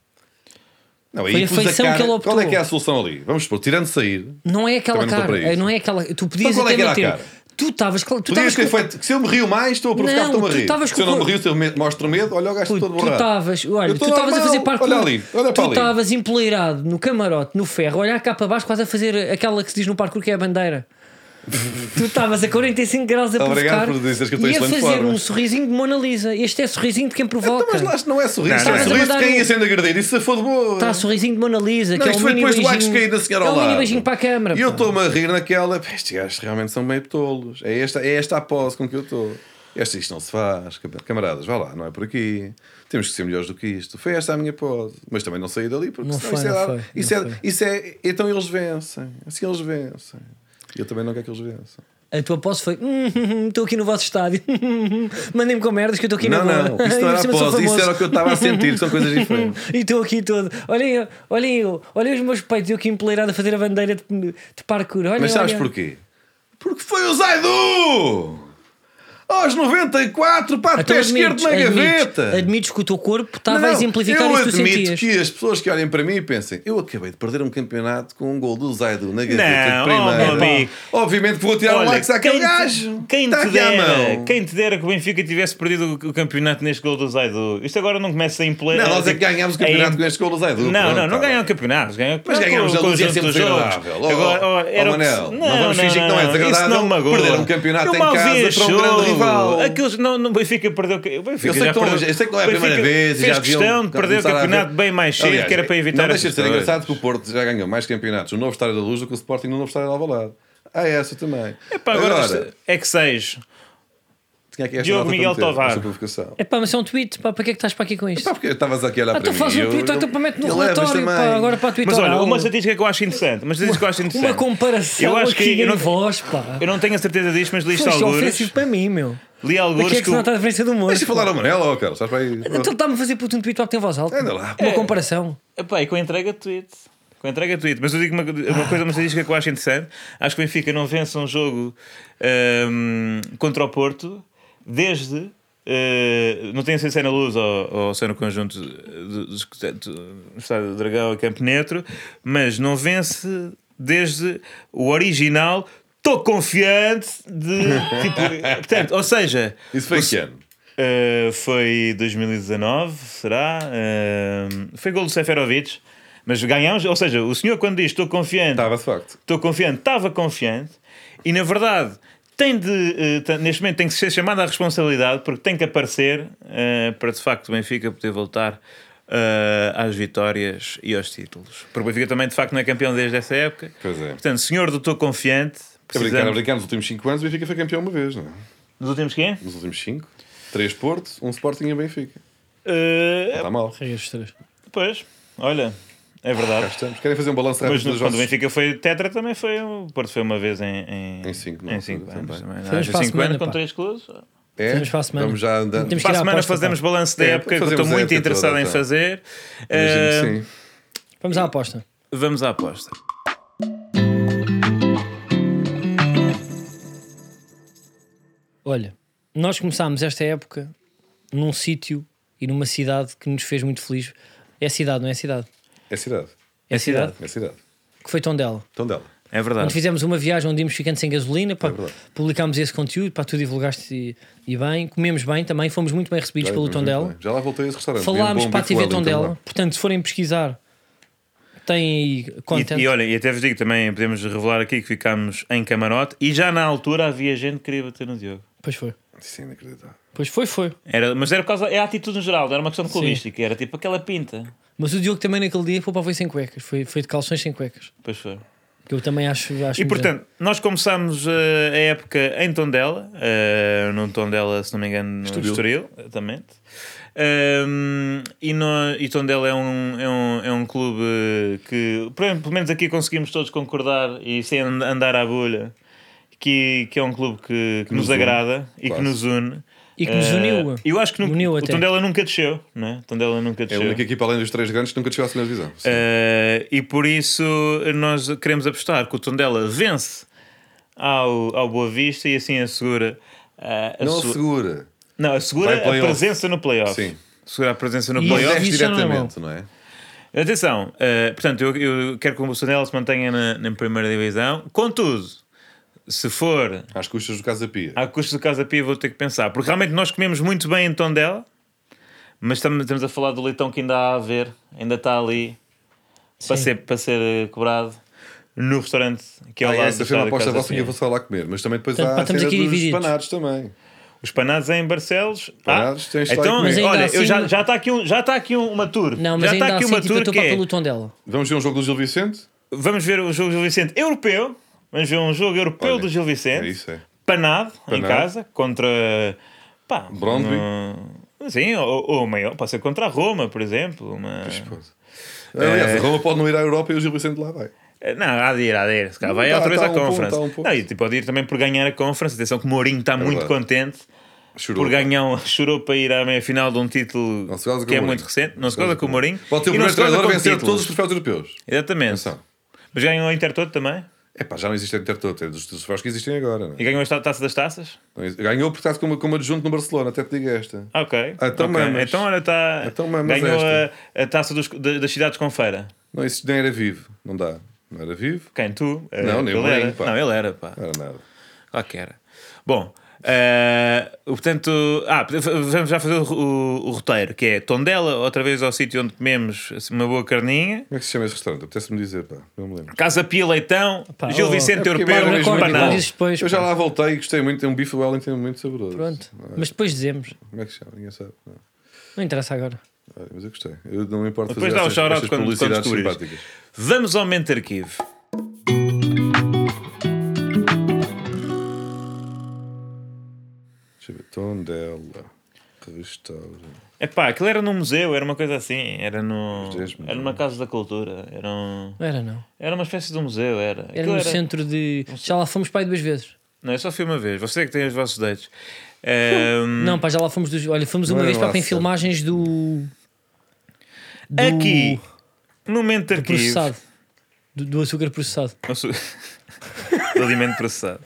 Speaker 1: não,
Speaker 3: foi a
Speaker 1: pus
Speaker 3: feição
Speaker 1: cara-
Speaker 3: que ele optou.
Speaker 1: Qual é que é a solução ali? Vamos supor, tirando sair.
Speaker 3: Não é aquela
Speaker 1: Também não tô
Speaker 3: cara.
Speaker 1: para
Speaker 3: é,
Speaker 1: isso.
Speaker 3: Não é aquela. Tu podias
Speaker 1: qual é
Speaker 3: até
Speaker 1: que era a
Speaker 3: manter.
Speaker 1: cara?
Speaker 3: Tu estavas. cla- Tu
Speaker 1: Podias
Speaker 3: estavas.
Speaker 1: ter
Speaker 3: com-
Speaker 1: feito. Se eu me rio mais, estou a provocar
Speaker 3: Não,
Speaker 1: estou a
Speaker 3: tu
Speaker 1: rir.
Speaker 3: estavas
Speaker 1: Se eu
Speaker 3: com-
Speaker 1: não me rio, se eu me- mostro medo, olha o gajo todo
Speaker 3: Puto, tu
Speaker 1: borrado.
Speaker 3: estavas, olha,
Speaker 1: Eu
Speaker 3: tu
Speaker 1: tô
Speaker 3: estavas a
Speaker 1: normal.
Speaker 3: fazer parkour.
Speaker 1: Olha ali, olha para
Speaker 3: tu
Speaker 1: ali.
Speaker 3: estavas empoleirado no camarote, no ferro, a olhar cá para baixo, quase a fazer aquela que se diz no parkour que é a
Speaker 1: [LAUGHS]
Speaker 3: bandeira. tu estavas a 45 graus a
Speaker 1: Obrigado
Speaker 3: provocar
Speaker 1: por dizeres que eu estou em
Speaker 3: e a
Speaker 1: excelente
Speaker 3: fazer
Speaker 1: forma.
Speaker 3: um sorrisinho de Mona Lisa. Este é sorrisinho de quem provoca.
Speaker 1: Então, mas lá isto não é sorriso.
Speaker 2: Não, não,
Speaker 1: é
Speaker 2: não.
Speaker 1: sorriso de
Speaker 3: Estás a
Speaker 1: quem
Speaker 3: mandar
Speaker 1: ia
Speaker 3: um-
Speaker 1: sendo agredido. Isso se for de boa.
Speaker 3: Está sorrisinho de Mona Lisa,
Speaker 1: Não,
Speaker 3: que é
Speaker 1: isto
Speaker 3: um
Speaker 1: foi
Speaker 3: mini
Speaker 1: depois do Axe
Speaker 3: beijinho.
Speaker 1: cair da senhora
Speaker 3: é
Speaker 1: ao
Speaker 3: um mini
Speaker 1: lado.
Speaker 3: beijinho para a câmara.
Speaker 1: E eu
Speaker 3: pá.
Speaker 1: estou-me a rir naquela. "Pá, Estes gajos realmente são meio tolos. É esta, é esta a pose com que eu estou. Esta isto não se faz, cam- camaradas, vá lá, não é por aqui. Temos que ser melhores do que isto. Foi esta a minha pose. Mas também não saí dali porque
Speaker 3: Não
Speaker 1: senão
Speaker 3: foi,
Speaker 1: isso, é,
Speaker 3: não
Speaker 1: dar-
Speaker 3: foi,
Speaker 1: isso,
Speaker 3: não
Speaker 1: é,
Speaker 3: foi.
Speaker 1: isso é. Então eles vencem. Assim eles vencem. E eu também não quero que eles vençam.
Speaker 3: A tua posse foi: "Hum, hum, hum, estou aqui no vosso estádio. [LAUGHS] Mandem-me com merdas que eu estou aqui
Speaker 1: não,
Speaker 3: na boa."
Speaker 1: não, isso
Speaker 3: [LAUGHS]
Speaker 1: não
Speaker 3: Ainda
Speaker 1: era
Speaker 3: por
Speaker 1: a
Speaker 3: cima sou
Speaker 1: pose, isso
Speaker 3: famoso.
Speaker 1: era o que eu estava a sentir, que são coisas diferentes.
Speaker 3: [LAUGHS] E estou aqui todo. Olhem, eu, olhem eu, olhem os meus peitos, eu aqui empoleirado a fazer a bandeira de, de parkour. Olhem,
Speaker 1: Mas sabes
Speaker 3: olhem.
Speaker 1: porquê? Porque foi o Zaidu! Aos 94, pá, pé
Speaker 3: Então
Speaker 1: esquerdo
Speaker 3: admites,
Speaker 1: na
Speaker 3: admites,
Speaker 1: gaveta!
Speaker 3: admites que o teu corpo
Speaker 1: Não,
Speaker 3: estava a
Speaker 1: não,
Speaker 3: tá, exemplificar
Speaker 1: eu
Speaker 3: isso que tu
Speaker 1: admito
Speaker 3: sentias.
Speaker 1: que as pessoas que olhem para mim pensem: eu acabei de perder um campeonato com um gol do Zaidu na gaveta
Speaker 2: Não,
Speaker 1: de
Speaker 2: oh,
Speaker 1: primeira.
Speaker 2: meu amigo.
Speaker 1: Obviamente que vou tirar um like àquele gajo.
Speaker 2: quem
Speaker 1: Está
Speaker 2: te
Speaker 1: aqui à
Speaker 2: dera,
Speaker 1: mão.
Speaker 2: quem te dera que o Benfica tivesse perdido o, o campeonato neste gol do Zaidu. Isto agora não começa a empoleira.
Speaker 1: Não, nós é que ganhámos o campeonato com este gol do Zaidu.
Speaker 2: Não,
Speaker 1: Pronto,
Speaker 2: não, não
Speaker 1: tá
Speaker 2: ganham
Speaker 1: bem.
Speaker 2: campeonatos, ganham
Speaker 1: Mas ganhamos a luz e é sempre desagradável. Oh, oh,
Speaker 2: era o que se-
Speaker 1: Manel, não vamos fingir que não é
Speaker 2: isso
Speaker 1: desagradável
Speaker 2: me magoa.
Speaker 1: perder um campeonato
Speaker 2: Eu
Speaker 1: em
Speaker 2: mal vi
Speaker 1: casa
Speaker 2: esse
Speaker 1: para um grande
Speaker 2: jogo.
Speaker 1: rival.
Speaker 2: Aqueles, não, não, o Benfica perdeu. o Benfica
Speaker 1: Eu sei,
Speaker 2: já
Speaker 1: que,
Speaker 2: perdeu-
Speaker 1: estão- eu sei que não é a
Speaker 2: o Benfica
Speaker 1: primeira vez.
Speaker 2: Fez
Speaker 1: já haviam-
Speaker 2: questão de perder o
Speaker 1: começar a
Speaker 2: campeonato
Speaker 1: haver-
Speaker 2: bem mais cedo,
Speaker 1: Aliás,
Speaker 2: que era para evitar
Speaker 1: Não deixa
Speaker 2: essas
Speaker 1: de ser
Speaker 2: coisas.
Speaker 1: engraçado que o Porto já ganhou mais campeonatos no novo Estádio da Luz do que o Sporting no novo Estádio de Alvalade. Ah, essa também.
Speaker 2: Epá, agora, é que seis.
Speaker 1: tinha aqui esta
Speaker 2: Diogo
Speaker 1: nota para
Speaker 2: Miguel
Speaker 1: meter,
Speaker 2: Tovar.
Speaker 1: esta provocação.
Speaker 3: É pá, mas é um tweet, pá, para que é que estás para aqui com isto?
Speaker 1: Pá, porque estavas aqui a olhar
Speaker 3: Ah,
Speaker 1: para
Speaker 3: então
Speaker 1: mim.
Speaker 3: faz
Speaker 1: eu-
Speaker 3: um tweet,
Speaker 1: eu-
Speaker 3: então para mete no
Speaker 1: eu levo-as
Speaker 3: relatório,
Speaker 1: também.
Speaker 3: pá, agora para a Twitter.
Speaker 2: Mas olha,
Speaker 3: oral.
Speaker 2: uma estatística que eu acho interessante. Uma estatística que eu acho interessante.
Speaker 3: uma comparação
Speaker 2: Eu acho
Speaker 3: aqui
Speaker 2: que eu
Speaker 3: em
Speaker 2: não-
Speaker 3: voz, pá.
Speaker 2: Eu não tenho a certeza disto, mas li isto
Speaker 3: Isto é
Speaker 2: algures.
Speaker 3: ofensivo para mim, meu.
Speaker 2: Li algures
Speaker 3: Aqui é que
Speaker 2: que
Speaker 3: se
Speaker 2: o-
Speaker 3: nota a diferença do humor.
Speaker 1: Deixa eu falar ao Manel, ó, Carlos. Estás para aí.
Speaker 3: Então está-me a fazer puto um tweet que tem voz alta.
Speaker 1: Anda lá,
Speaker 3: Uma
Speaker 1: pô.
Speaker 3: comparação.
Speaker 2: Epá, e com a entrega de tweet. Com a entrega de tweet. Mas eu digo uma, uma coisa, uma estatística que eu acho interessante. Acho que o Benfica não vence um jogo hum, contra o Porto desde. eh, não tenho a ser na luz ou, ou se é no conjunto do, do, do Estádio do Dragão e Campo Neutro, mas não vence desde o original. Estou confiante de. [LAUGHS] tipo, portanto, ou seja,
Speaker 1: Isso foi que ano?
Speaker 2: Uh, foi 2019, será? Uh, foi gol do Seferovic, mas ganhamos. Ou seja, o senhor, quando diz estou confiante,
Speaker 1: Estava de facto.
Speaker 2: estou confiante, estava confiante, e na verdade tem de, uh, tem- neste momento, tem que ser chamado à responsabilidade porque tem que aparecer uh, para de facto o Benfica poder voltar. uh, às vitórias e aos títulos. Porque o Benfica também de facto não é campeão desde essa época.
Speaker 1: Pois é.
Speaker 2: Portanto, senhor do Estou
Speaker 1: A
Speaker 2: Confiante,
Speaker 1: brincar, a
Speaker 2: precisamos...
Speaker 1: brincar, nos últimos 5 anos o Benfica foi campeão uma vez, não é?
Speaker 2: nos últimos quem?
Speaker 1: Nos últimos 5. 3 Porto, 1 um Sporting e um Benfica.
Speaker 2: Uh,
Speaker 1: Está mal.
Speaker 2: Pois, olha, é
Speaker 1: Cá
Speaker 2: verdade.
Speaker 1: estamos. Querem fazer um balanço rápido
Speaker 2: Mas no,
Speaker 1: dos
Speaker 2: quando o
Speaker 1: nossos...
Speaker 2: Benfica foi tetra também foi. O Porto foi uma vez em 5
Speaker 1: Em cinco, não,
Speaker 2: em cinco
Speaker 1: também.
Speaker 2: anos. Também.
Speaker 3: Fazemos
Speaker 2: Em
Speaker 3: para a
Speaker 2: 5 anos
Speaker 3: semana,
Speaker 2: com
Speaker 3: um pá.
Speaker 2: 3 clubes.
Speaker 1: É?
Speaker 3: Fazemos para a semana.
Speaker 1: Vamos já andando.
Speaker 3: Temos que
Speaker 2: Para a
Speaker 3: ir à
Speaker 2: semana
Speaker 3: aposta,
Speaker 2: fazemos
Speaker 3: pá.
Speaker 2: balanço da
Speaker 1: É,
Speaker 2: época que eu estou
Speaker 1: fazemos a
Speaker 2: muito
Speaker 1: época toda,
Speaker 2: interessado em
Speaker 1: então.
Speaker 2: fazer.
Speaker 1: Imagino
Speaker 2: Eh,
Speaker 1: que sim.
Speaker 3: Vamos à aposta.
Speaker 2: Vamos à aposta.
Speaker 3: Olha, nós começámos esta época num sítio e numa cidade que nos fez muito feliz. É a cidade, não é a cidade?
Speaker 1: É cidade.
Speaker 3: É a cidade.
Speaker 1: É cidade.
Speaker 3: Que foi Tondela.
Speaker 1: Então dela.
Speaker 2: É
Speaker 3: Onde
Speaker 2: verdade.
Speaker 3: fizemos uma viagem onde íamos ficando sem gasolina, pá,
Speaker 1: É verdade.
Speaker 3: publicámos esse conteúdo, para tu divulgaste e, e bem, comemos bem também, fomos muito bem recebidos pelo
Speaker 1: Vamos muito
Speaker 3: Tondela.
Speaker 1: bem. Já lá voltei a esse restaurante.
Speaker 3: Falámos
Speaker 1: Vi um bom
Speaker 3: para a
Speaker 1: bife
Speaker 3: TV
Speaker 1: Wellington
Speaker 3: Tondela,
Speaker 1: lá.
Speaker 3: portanto, se forem pesquisar, tem aí content.
Speaker 2: E, e olha, e até vos digo também, podemos revelar aqui que ficámos em camarote e já na altura havia gente que queria bater no Diogo.
Speaker 3: Pois foi.
Speaker 1: isso é inacreditável.
Speaker 3: Pois foi, foi.
Speaker 2: Era, mas era por causa. É a atitude no geral, não era uma questão de
Speaker 3: Sim.
Speaker 2: clubística. Era tipo aquela pinta.
Speaker 3: Mas o Diogo também naquele dia pá, foi sem cuecas. Foi, foi de calções sem cuecas.
Speaker 2: Pois foi.
Speaker 3: Que eu também acho. acho
Speaker 2: E
Speaker 3: muito
Speaker 2: portanto, nós começámos eh, a época em Tondela, eh, num Tondela, se não me engano, no
Speaker 1: Estoril.
Speaker 2: Estoril, exatamente. Ehm, e, no, e Tondela é um, é um, é um clube que, pelo pelo menos aqui conseguimos todos concordar e sem and- andar à bolha, que, que é um clube que, que
Speaker 1: nos
Speaker 2: nos,
Speaker 1: une,
Speaker 2: agrada e que
Speaker 1: claro.
Speaker 2: nos une.
Speaker 3: E que nos
Speaker 2: Eh,
Speaker 3: uniu.
Speaker 2: Eu acho que nunca,
Speaker 3: Uniu
Speaker 2: o
Speaker 3: até.
Speaker 2: Tondela nunca desceu, não é? Tondela
Speaker 1: É
Speaker 2: nunca
Speaker 1: a
Speaker 2: desceu.
Speaker 1: única equipa além dos três grandes que nunca desceu à segunda divisão. Sim.
Speaker 2: Eh, e por isso nós queremos apostar que o Tondela vence ao, ao Boa Vista e assim assegura, eh, a
Speaker 1: não
Speaker 2: sua-
Speaker 1: segura.
Speaker 2: não,
Speaker 1: Vai
Speaker 2: assegura a
Speaker 1: playoff.
Speaker 2: presença no playoff.
Speaker 1: Sim.
Speaker 2: Assegura a presença no
Speaker 3: E-
Speaker 1: Mas
Speaker 2: playoff.
Speaker 1: desce
Speaker 3: isso é normal.
Speaker 1: diretamente, não é?
Speaker 2: Atenção, eh, portanto, eu, eu quero que o Tondela se mantenha na, na primeira divisão. Contudo, se for
Speaker 1: Às custas do Casa Pia.
Speaker 2: à custa do Casa Pia, vou ter que pensar, porque realmente nós comemos muito bem em Tondela, mas estamos, estamos a falar do leitão que ainda há a ver, ainda está ali. para
Speaker 3: Sim.
Speaker 2: ser, para ser eh, cobrado no restaurante que é
Speaker 1: Ah,
Speaker 2: ao lado do
Speaker 1: essa foi uma
Speaker 2: estádio assim.
Speaker 1: aposta
Speaker 2: Casa
Speaker 1: vossa e eu
Speaker 2: Pia.
Speaker 1: vou só lá comer. Mas também depois
Speaker 3: Portanto,
Speaker 1: há
Speaker 3: Então, pá,
Speaker 1: a
Speaker 3: estamos
Speaker 1: cena
Speaker 3: aqui
Speaker 1: dos
Speaker 3: divididos.
Speaker 1: panados também.
Speaker 2: Os panados é em Barcelos. Ah,
Speaker 1: Panados, tens lá
Speaker 2: então,
Speaker 1: e comer.
Speaker 3: Mas ainda
Speaker 2: olha, eu
Speaker 3: assim-
Speaker 2: já já está aqui, um, já está aqui um- uma tour.
Speaker 3: Não, mas
Speaker 2: já
Speaker 3: ainda
Speaker 2: está aqui
Speaker 3: assim,
Speaker 2: uma
Speaker 3: tipo, eu
Speaker 2: tour
Speaker 3: estou
Speaker 2: que
Speaker 3: para
Speaker 2: é,
Speaker 3: pelo tom dela.
Speaker 1: Vamos ver um jogo do Gil Vicente?
Speaker 2: Vamos ver o jogo do Gil Vicente europeu. Vamos ver um jogo europeu
Speaker 1: Olha,
Speaker 2: do Gil Vicente.
Speaker 1: É isso, é.
Speaker 2: Panado,
Speaker 1: Panado.
Speaker 2: em casa contra. Pá,
Speaker 1: Brondby.
Speaker 2: no- Sim, ou, ou maior, pode ser contra a Roma, por exemplo. Uma...
Speaker 1: Pois. Ah, Aliás, a Roma pode não ir à Europa e o Gil Vicente lá vai.
Speaker 2: Eh, Não, há de ir, há de ir. Se calhar vai
Speaker 1: Tá-
Speaker 2: outra vez
Speaker 1: tá
Speaker 2: à
Speaker 1: um ponto,
Speaker 2: Conference.
Speaker 1: tá um ponto. É
Speaker 2: não, e tipo, pode ir também por ganhar a Conference. Atenção que o Mourinho está muito
Speaker 1: verdade.
Speaker 2: contente
Speaker 1: Chorou.
Speaker 2: por ganhar, um- [LAUGHS] chorou para ir à meia-final de um título
Speaker 1: Não se goza com o
Speaker 2: que é
Speaker 1: Mourinho.
Speaker 2: muito recente. Não se goza com o Mourinho.
Speaker 1: Pode ser o
Speaker 2: E não
Speaker 1: primeiro
Speaker 2: se goza
Speaker 1: treinador a
Speaker 2: com
Speaker 1: vencer
Speaker 2: títulos.
Speaker 1: todos os troféus europeus.
Speaker 2: Exatamente.
Speaker 1: Atenção.
Speaker 2: Mas ganham o Inter todo também.
Speaker 1: Epá, já não existe Intertoto, é dos troféus que existem agora. não é?
Speaker 2: E ganham a esta- Taça das Taças.
Speaker 1: Não existe- Ganhou por causa como, como adjunto no Barcelona, até te digo esta.
Speaker 2: Ah, Ok.
Speaker 1: Ah, então
Speaker 2: Ok.
Speaker 1: mamas.
Speaker 2: Então, olha, está.
Speaker 1: Então mamas
Speaker 2: ganhou a, a Taça dos- da- das Cidades com Feira.
Speaker 1: Não, isso nem era vivo, não dá. Não era vivo,
Speaker 2: Quem? Tu? Eh,
Speaker 1: Não, nem o
Speaker 2: ele
Speaker 1: Mourinho,
Speaker 2: era.
Speaker 1: pá.
Speaker 2: Não, ele era, pá.
Speaker 1: não era nada.
Speaker 2: Claro que era. Bom, eh, portanto, ah, vamos já fazer o, o- o roteiro, que é Tondela, outra vez ao sítio onde comemos assim, uma boa carninha.
Speaker 1: Como é que se chama esse restaurante? Apetece-me dizer, pá, não me lembro.
Speaker 2: Casa Pia Leitão,
Speaker 3: Pá,
Speaker 2: Gil
Speaker 3: oh,
Speaker 1: é
Speaker 2: Vicente
Speaker 1: porque
Speaker 2: Europeu,
Speaker 1: agora
Speaker 2: Europeu,
Speaker 1: recordo,
Speaker 2: Panal.
Speaker 1: agora
Speaker 3: dizes depois.
Speaker 1: Eu já
Speaker 3: pá.
Speaker 1: lá voltei e gostei muito, tem um bife Wellington muito saboroso.
Speaker 3: Pronto. Mas depois dizemos.
Speaker 1: Como é que se chama? Ninguém sabe. Não.
Speaker 3: Não interessa agora.
Speaker 1: Olha, Mas eu gostei. Eu não me importo
Speaker 2: Depois
Speaker 1: fazer
Speaker 2: dá o
Speaker 1: estas,
Speaker 2: Ah, shout-out
Speaker 1: estas
Speaker 2: quando- quando
Speaker 1: publicidades
Speaker 2: descobrires.
Speaker 1: simpáticas.
Speaker 2: Vamos ao Mente Arquivo.
Speaker 1: Deixa eu ver. Tondela. Restaurante.
Speaker 2: Epá, aquilo era num museu, era uma coisa assim, era, no,
Speaker 1: Os dez
Speaker 2: era numa casa da cultura, era, um-
Speaker 3: Não era, não.
Speaker 2: era uma espécie de um museu, era.
Speaker 3: Era
Speaker 2: Aquilo
Speaker 3: no centro de. Já lá fomos pai duas vezes.
Speaker 2: Não, eu só fui uma vez, você é que tem os
Speaker 3: [LAUGHS]
Speaker 2: vossos dates. Ehm,
Speaker 3: Não, pá, já lá fomos. Dos... Olha, fomos
Speaker 1: Não
Speaker 3: uma
Speaker 1: era
Speaker 3: vez
Speaker 1: lá,
Speaker 3: para em
Speaker 1: certo.
Speaker 3: filmagens do. do
Speaker 2: Aqui, no Mente Arquivo,
Speaker 3: Processado. Do, do açúcar processado.
Speaker 2: Não sou- [LAUGHS] Do alimento processado.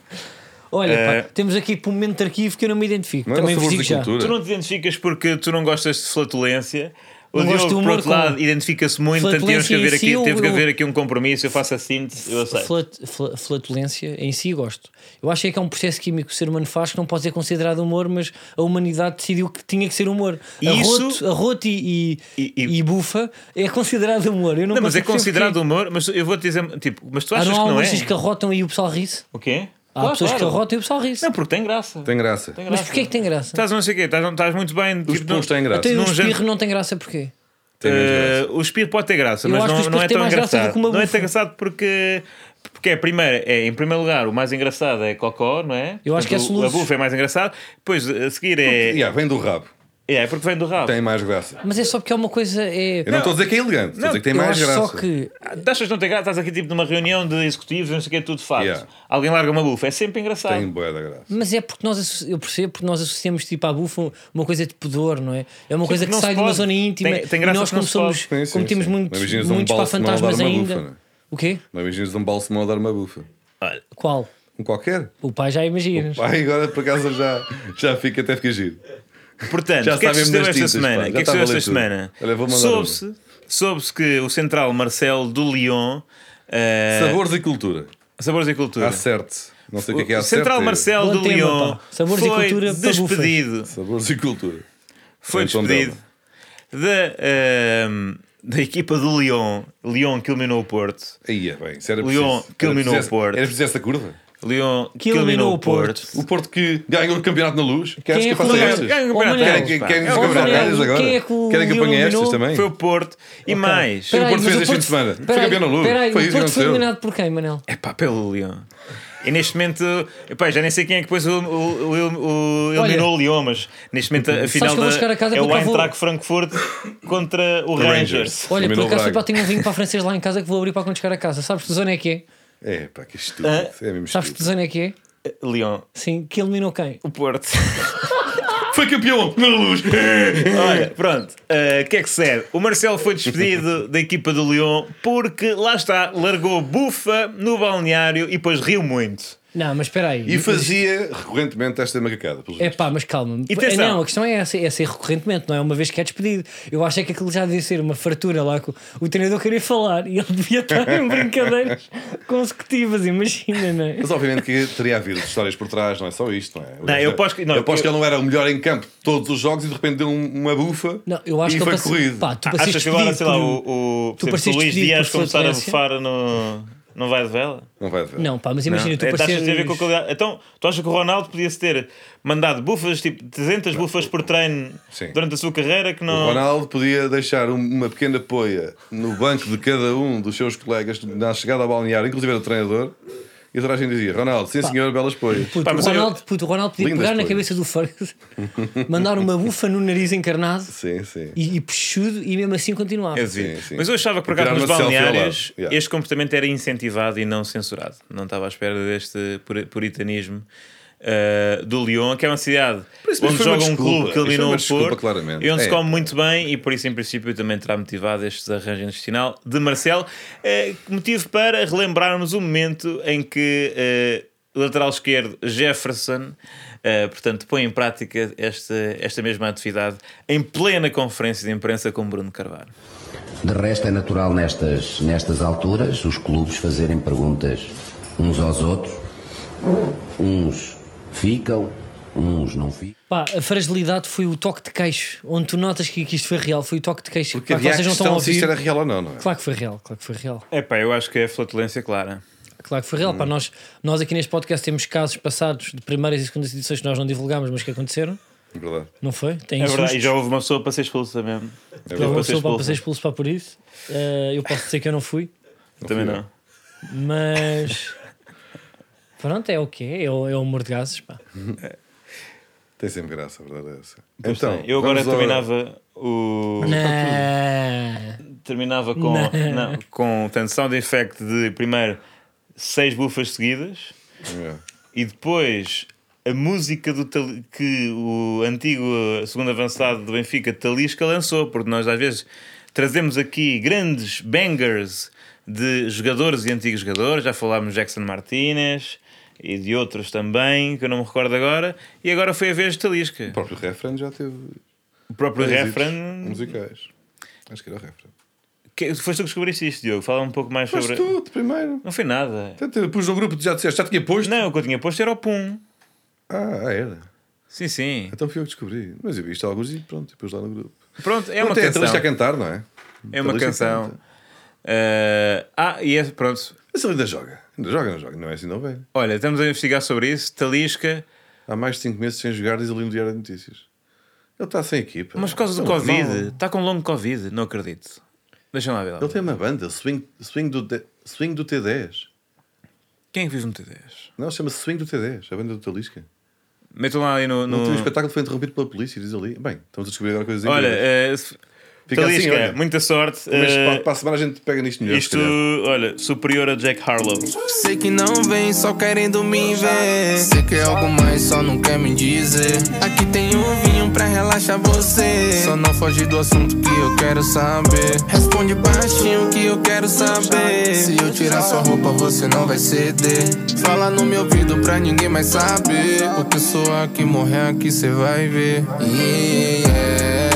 Speaker 3: Olha,
Speaker 2: Eh, é
Speaker 3: pá, temos aqui para um momento de arquivo que eu não me identifico.
Speaker 1: Não é
Speaker 3: Também
Speaker 1: era
Speaker 3: vos digo
Speaker 1: sabores da
Speaker 3: já.
Speaker 1: cultura?
Speaker 2: Tu não te identificas porque tu não gostas de flatulência. O
Speaker 3: Não gosto de
Speaker 2: Diogo, por
Speaker 3: humor
Speaker 2: outro lado,
Speaker 3: com-
Speaker 2: identifica-se muito, portanto tivemos que
Speaker 3: Flatulência em
Speaker 2: haver,
Speaker 3: si,
Speaker 2: aqui,
Speaker 3: eu-
Speaker 2: teve que
Speaker 3: eu-
Speaker 2: haver aqui um compromisso. Eu faço a síntese, eu aceito.
Speaker 3: Flat- fla- flatulência em si eu gosto. Eu acho é que é um processo químico que o ser humano faz que não pode ser considerado humor, mas a humanidade decidiu que tinha que ser humor.
Speaker 2: E
Speaker 3: arroto,
Speaker 2: isso-
Speaker 3: arroto e, e,
Speaker 2: E- e-
Speaker 3: e bufa é considerado humor. Eu não
Speaker 2: Não, mas é
Speaker 3: consigo perceber
Speaker 2: considerado humor, mas eu vou-te dizer, tipo, mas tu
Speaker 3: porquê. Ah,
Speaker 2: achas
Speaker 3: não há
Speaker 2: que não é?
Speaker 3: humoristas que arrotam e o pessoal ri-se.
Speaker 2: O quê?
Speaker 3: Há
Speaker 2: Claro,
Speaker 3: pessoas
Speaker 2: claro.
Speaker 3: que arrotam e o pessoal ri-se.
Speaker 2: Não, porque tem graça.
Speaker 1: Tem graça.
Speaker 2: Tem
Speaker 3: Mas
Speaker 2: graça.
Speaker 3: porquê é que tem graça?
Speaker 2: Estás não sei o quê, estás, estás muito bem.
Speaker 1: Os
Speaker 2: tipo, não-
Speaker 1: puns têm graça.
Speaker 3: Até o
Speaker 2: num
Speaker 3: espirro
Speaker 2: género-
Speaker 3: não tem graça porquê?
Speaker 1: Tem mais graça.
Speaker 2: Eh, o espirro pode ter graça,
Speaker 3: Eu
Speaker 2: mas
Speaker 3: acho que o
Speaker 2: não, não
Speaker 3: espirro
Speaker 2: é
Speaker 3: tem
Speaker 2: tão
Speaker 3: mais graça do
Speaker 2: engraçado.
Speaker 3: que uma
Speaker 2: Não é
Speaker 3: bufa.
Speaker 2: tão engraçado porque. Porque é, primeiro, é, em primeiro lugar, o mais engraçado é Cocó, não é?
Speaker 3: Eu acho que é
Speaker 2: Portanto, o- A
Speaker 3: soluços.
Speaker 2: bufa é mais engraçado. Depois, a seguir é.
Speaker 1: Yeah, ah, vem do rabo.
Speaker 2: É, é porque vem do rabo.
Speaker 1: Tem mais graça.
Speaker 3: Mas é só porque é uma coisa. É...
Speaker 1: Eu não estou a dizer que é elegante, estou a dizer que tem
Speaker 3: Eu
Speaker 1: mais
Speaker 3: acho
Speaker 1: graça.
Speaker 3: só que.
Speaker 2: Tu Ah, achas que não tem graça? Estás aqui tipo numa reunião de executivos, não sei o que é tudo de facto.
Speaker 1: Yeah.
Speaker 2: Alguém larga uma bufa, é sempre engraçado.
Speaker 1: Tem boa da graça.
Speaker 3: Mas é porque nós, asso- eu percebo, porque nós associamos tipo à bufa uma coisa de pudor, não é? É uma coisa
Speaker 2: porque
Speaker 3: que
Speaker 2: não
Speaker 3: sai
Speaker 2: se
Speaker 3: de uma
Speaker 2: pode.
Speaker 3: zona íntima
Speaker 2: Tem- tem
Speaker 3: e
Speaker 2: graça
Speaker 3: nós
Speaker 2: que não
Speaker 3: como
Speaker 2: se pode.
Speaker 3: somos,
Speaker 1: Sim, sim,
Speaker 3: como temos
Speaker 1: sim.
Speaker 3: muitos,
Speaker 1: Não imaginas um
Speaker 3: muitos para
Speaker 1: balsemão a dar
Speaker 3: fantasmas
Speaker 1: uma
Speaker 3: ainda.
Speaker 1: bufa, não é?
Speaker 3: O quê?
Speaker 1: Não imaginas um balsemão a dar uma bufa.
Speaker 2: Olha,
Speaker 3: Qual?
Speaker 1: Um qualquer.
Speaker 3: O pai já imaginas.
Speaker 1: Pai, agora por acaso já, já fica até fica giro.
Speaker 2: Portanto,
Speaker 1: Já
Speaker 2: o que é que
Speaker 1: sabem
Speaker 2: se deu
Speaker 1: das
Speaker 2: esta
Speaker 1: tintas, pá,
Speaker 2: semana?
Speaker 1: já
Speaker 2: O que é que se
Speaker 1: estava
Speaker 2: deu
Speaker 1: a
Speaker 2: esta
Speaker 1: ler tudo.
Speaker 2: semana?
Speaker 1: Olha, vou mandar
Speaker 2: Soube-se soube que o central Marcelo do Lyon. eh,
Speaker 1: Sabores e cultura.
Speaker 2: Sabores e Cultura.
Speaker 1: Acerte. Não sei o Ah, que é que é
Speaker 2: O
Speaker 1: acerte.
Speaker 2: Central
Speaker 1: é
Speaker 2: Marcelo
Speaker 3: Bom
Speaker 2: do
Speaker 3: tema,
Speaker 2: Lyon
Speaker 3: pá. Sabores e
Speaker 2: foi
Speaker 3: cultura para
Speaker 2: despedido.
Speaker 1: Sabores e cultura.
Speaker 2: Foi
Speaker 1: Então,
Speaker 2: despedido da, ehm, da equipa do Lyon. Lyon que eliminou o Porto.
Speaker 1: Aí é bem. Isso era
Speaker 2: Leon,
Speaker 1: preciso.
Speaker 2: que
Speaker 1: Era
Speaker 2: eliminou o
Speaker 1: preciso-
Speaker 2: Porto.
Speaker 1: Era preciso essa curva?
Speaker 2: Lyon que,
Speaker 3: Que eliminou
Speaker 2: eliminou o
Speaker 3: o Porto.
Speaker 2: Porto.
Speaker 1: O Porto que ganhou o campeonato na luz.
Speaker 3: Quem
Speaker 1: Queres que
Speaker 3: é
Speaker 1: eu
Speaker 3: que
Speaker 1: faça
Speaker 3: o
Speaker 2: Ganha-
Speaker 3: ganhou?
Speaker 1: estas?
Speaker 2: ganha o
Speaker 3: Oh,
Speaker 2: campeonato.
Speaker 3: Manel,
Speaker 1: Querem,
Speaker 2: Ganha-
Speaker 1: querem,
Speaker 2: pá.
Speaker 1: querem que
Speaker 2: É
Speaker 1: eu
Speaker 2: o
Speaker 1: apanhe
Speaker 3: Manel,
Speaker 1: estas agora?
Speaker 3: quem é que o
Speaker 1: querem que eu apanhe
Speaker 3: eliminou?
Speaker 1: estas também?
Speaker 2: Foi o Porto. E mais.
Speaker 1: Foi o
Speaker 3: Peraí,
Speaker 1: Porto
Speaker 3: mas
Speaker 1: fez este fim de semana. Foi
Speaker 3: peraí,
Speaker 1: campeão na luz.
Speaker 3: peraí, o
Speaker 1: Foi isso que
Speaker 3: Porto foi
Speaker 1: aconteceu.
Speaker 3: eliminado por quem, Manel?
Speaker 2: É pá, pelo Lyon. E neste momento, epá, já nem sei quem é que depois o, o, o- o-
Speaker 3: Olha.
Speaker 2: eliminou o Lyon, mas neste momento a final
Speaker 3: que eu vou
Speaker 2: da-
Speaker 3: chegar a casa
Speaker 2: é o
Speaker 3: porque eu vou-
Speaker 2: Eintracht Frankfurt contra o
Speaker 1: Rangers.
Speaker 2: Rangers.
Speaker 3: Olha, por
Speaker 1: Eliminou o
Speaker 3: acaso
Speaker 1: Braga.
Speaker 3: tipo, tenho um vinho para francês lá em casa que vou abrir para quando chegar a casa. Sabes que zona é que é?
Speaker 1: É, pá, que estúpido. É mesmo
Speaker 3: Sabes que
Speaker 1: estúpido.
Speaker 3: zona é que é?
Speaker 2: Lyon.
Speaker 3: Sim, que eliminou quem?
Speaker 2: O Porto.
Speaker 1: Foi campeão na luz.
Speaker 2: [LAUGHS] Olha, pronto. Uh, O que é que serve? O Marcelo foi despedido da equipa do Lyon porque, lá está, largou bufa no balneário e depois riu muito.
Speaker 3: Não, mas espera aí.
Speaker 1: [LAUGHS] E fazia recorrentemente esta macacada. pelos
Speaker 3: É pá, mas calma.
Speaker 2: E atenção.
Speaker 3: Não, a questão é essa, é ser recorrentemente, não é uma vez que é despedido. Eu acho é que aquilo já devia ser uma fartura lá que o- o treinador queria falar e ele [LAUGHS] devia estar em brincadeiras consecutivas, imagina, não é?
Speaker 1: Mas obviamente que teria havido histórias por trás, não é só isto, não é?
Speaker 2: Não, eu aposto que- não,
Speaker 1: eu aposto
Speaker 2: eu-
Speaker 1: que ele não era o melhor em campo de todos os jogos e de repente deu um- uma bufa
Speaker 3: Não, eu acho
Speaker 1: e
Speaker 3: que
Speaker 1: foi
Speaker 3: ele passe-
Speaker 1: corrido.
Speaker 3: Pá, tu
Speaker 2: Achas
Speaker 3: passas
Speaker 2: que agora,
Speaker 3: despedido
Speaker 2: sei lá,
Speaker 3: por-
Speaker 2: o, o, por
Speaker 3: tu
Speaker 2: exemplo, se
Speaker 3: pareces
Speaker 2: o Luís
Speaker 3: despedido
Speaker 2: Dias
Speaker 3: por
Speaker 2: começar a
Speaker 3: Fluminense?
Speaker 2: bufar no. Não vai de vela?
Speaker 1: Não vai ver.
Speaker 3: Não, pá, mas imagina, tu
Speaker 2: É, achas que
Speaker 3: pareceres...
Speaker 2: tem a ver com a qualidade. Então, tu achas que o Ronaldo podia-se ter mandado bufas, tipo 300 bufas por treino
Speaker 1: Sim.
Speaker 2: durante a sua carreira? Que
Speaker 1: O
Speaker 2: não.
Speaker 1: Ronaldo podia deixar um- uma pequena poia no banco de cada um dos seus colegas na chegada ao balneário, inclusive o treinador, e atrás gente dizia: Ronaldo, sim senhor, belas poias.
Speaker 3: Puto,
Speaker 2: Pá,
Speaker 3: o,
Speaker 2: mas olha-
Speaker 3: Ronaldo, puto, o Ronaldo podia
Speaker 1: Lindas
Speaker 3: pegar na cabeça
Speaker 1: coisas.
Speaker 3: do Ferguson, [LAUGHS] mandar uma bufa no nariz encarnado
Speaker 1: Sim, sim.
Speaker 3: e, e puxudo e mesmo assim continuava.
Speaker 2: É assim.
Speaker 1: Sim, sim.
Speaker 2: Mas eu achava que por
Speaker 1: Tirar
Speaker 2: acaso nos
Speaker 1: uma selfie ao lado.
Speaker 2: balneários
Speaker 1: Yeah.
Speaker 2: este comportamento era incentivado e não censurado. Não estava à espera deste puri- puritanismo uh, do Lyon, que é uma cidade
Speaker 1: isso
Speaker 2: onde
Speaker 1: foi uma
Speaker 2: joga um
Speaker 1: desculpa.
Speaker 2: clube que
Speaker 1: Isso foi
Speaker 2: eliminou
Speaker 1: uma
Speaker 2: o
Speaker 1: desculpa,
Speaker 2: Porto
Speaker 1: claramente.
Speaker 2: e onde se
Speaker 1: É.
Speaker 2: come muito bem. E por isso, em princípio, também terá motivado este arranjo intestinal de Marcelo. eh, motivo para relembrarmos o momento em que. eh, o Lateral esquerdo Jefferson, eh, portanto, põe em prática esta, esta mesma atividade em plena conferência de imprensa com Bruno Carvalho.
Speaker 4: De resto, é natural nestas, nestas alturas os clubes fazerem perguntas uns aos outros. Uns ficam, uns não ficam.
Speaker 3: Pá, a fragilidade foi o toque de queixo, onde tu notas que, que isto foi real, foi o toque de queixo.
Speaker 1: Porque
Speaker 3: Pá,
Speaker 1: havia a
Speaker 3: vocês não estão a
Speaker 1: questão se
Speaker 3: ouvir.
Speaker 1: isto era real ou não, não é?
Speaker 3: Claro que foi real, claro que foi real.
Speaker 2: É pá, eu acho que é flatulência clara.
Speaker 3: Claro que foi real. Pá,
Speaker 2: Hum.
Speaker 3: nós, nós aqui neste podcast temos casos passados de primeiras e segundas edições que nós não divulgámos, mas que aconteceram.
Speaker 1: É Verdade.
Speaker 3: Não foi? Tem
Speaker 2: É verdade,
Speaker 3: sustos.
Speaker 2: e já houve uma pessoa para ser expulsa mesmo.
Speaker 1: É
Speaker 3: Já houve uma
Speaker 1: verdade.
Speaker 2: para ser
Speaker 3: pessoa para
Speaker 2: expulsa.
Speaker 3: ser expulso pá, por isso. Eh, eu posso dizer que eu não fui,
Speaker 2: Também
Speaker 1: fui eu.
Speaker 2: não. [LAUGHS]
Speaker 3: mas. Pronto, é o que é, é o é o humor de gases. Pá.
Speaker 1: Tem sempre graça, a verdade é essa.
Speaker 2: Então, eu agora
Speaker 1: vamos ao-
Speaker 2: terminava o.
Speaker 3: Não.
Speaker 2: Terminava com.
Speaker 3: Não.
Speaker 2: Não, com portanto, sound effect de primeiro seis bufas seguidas
Speaker 1: É.
Speaker 2: e depois a música do Tal- que o antigo segundo avançado do Benfica, Talisca, lançou, porque nós às vezes trazemos aqui grandes bangers de jogadores e antigos jogadores, já falámos de Jackson Martínez e de outros também, que eu não me recordo agora, e agora foi a vez de Talisca.
Speaker 1: O próprio Refren já teve.
Speaker 2: O próprio
Speaker 1: êxitos
Speaker 2: refrão.
Speaker 1: Musicais. Acho que era o Refren.
Speaker 2: Que- Foste tu que descobriste isto, Diogo? Fala um pouco mais
Speaker 1: Mas
Speaker 2: sobre.
Speaker 1: tu, de primeiro.
Speaker 2: Não foi nada.
Speaker 1: Tanto, Pus no grupo, já disseste, já tinha posto.
Speaker 2: Não, o que eu tinha posto era o Pum.
Speaker 1: Ah, era.
Speaker 2: Sim, sim.
Speaker 1: Então fui eu que descobri. Mas eu vi isto há alguns e pronto, depois lá no grupo.
Speaker 2: Pronto, é
Speaker 1: Pronto,
Speaker 2: uma
Speaker 1: é a
Speaker 2: canção.
Speaker 1: Talisca a cantar, não é?
Speaker 2: É uma
Speaker 1: Talisca
Speaker 2: canção.
Speaker 1: canta.
Speaker 2: Eh, ah, e é, pronto.
Speaker 1: Mas ele ainda joga. Ainda joga, não joga. Não é assim, não velho.
Speaker 2: Olha, estamos a investigar sobre isso. Talisca,
Speaker 1: Há mais de 5 meses sem jogar, diz ali no Diário de Notícias. Ele está sem equipa.
Speaker 2: mas por causa do
Speaker 1: Ele é um está
Speaker 2: Covid.
Speaker 1: mal.
Speaker 2: Está com longo Covid, não acredito. Deixa-me lá ver. lá.
Speaker 1: Ele tem uma banda, Swing, swing, do, D- swing do T10.
Speaker 2: Quem é que vive no T10?
Speaker 1: Não, chama-se Swing do T10, a banda do Talisca.
Speaker 2: Metam lá ali no.
Speaker 1: O
Speaker 2: no-
Speaker 1: último espetáculo foi interrompido pela polícia, diz ali. Bem, estamos a descobrir agora coisas
Speaker 2: Hum. Olha,
Speaker 1: incríveis.
Speaker 2: eh, se-
Speaker 1: Fica assim,
Speaker 2: Talisca,
Speaker 1: olha.
Speaker 2: muita sorte.
Speaker 1: Mas
Speaker 2: Eh,
Speaker 1: para, para a semana a gente pega nisto melhor. se
Speaker 2: isto,
Speaker 1: calhar.
Speaker 2: olha, superior a Jack Harlow.
Speaker 5: Sei que não vem, só querendo me ver. Sei que é algo mais, só não quer me dizer. Aqui tem um vinho pra relaxar você. Só não foge do assunto que eu quero saber. Responde baixinho que eu quero saber. Se eu tirar sua roupa, você não vai ceder. Fala no meu ouvido pra ninguém mais saber. O que eu sou aqui, morrer aqui, cê vai ver. Yeah.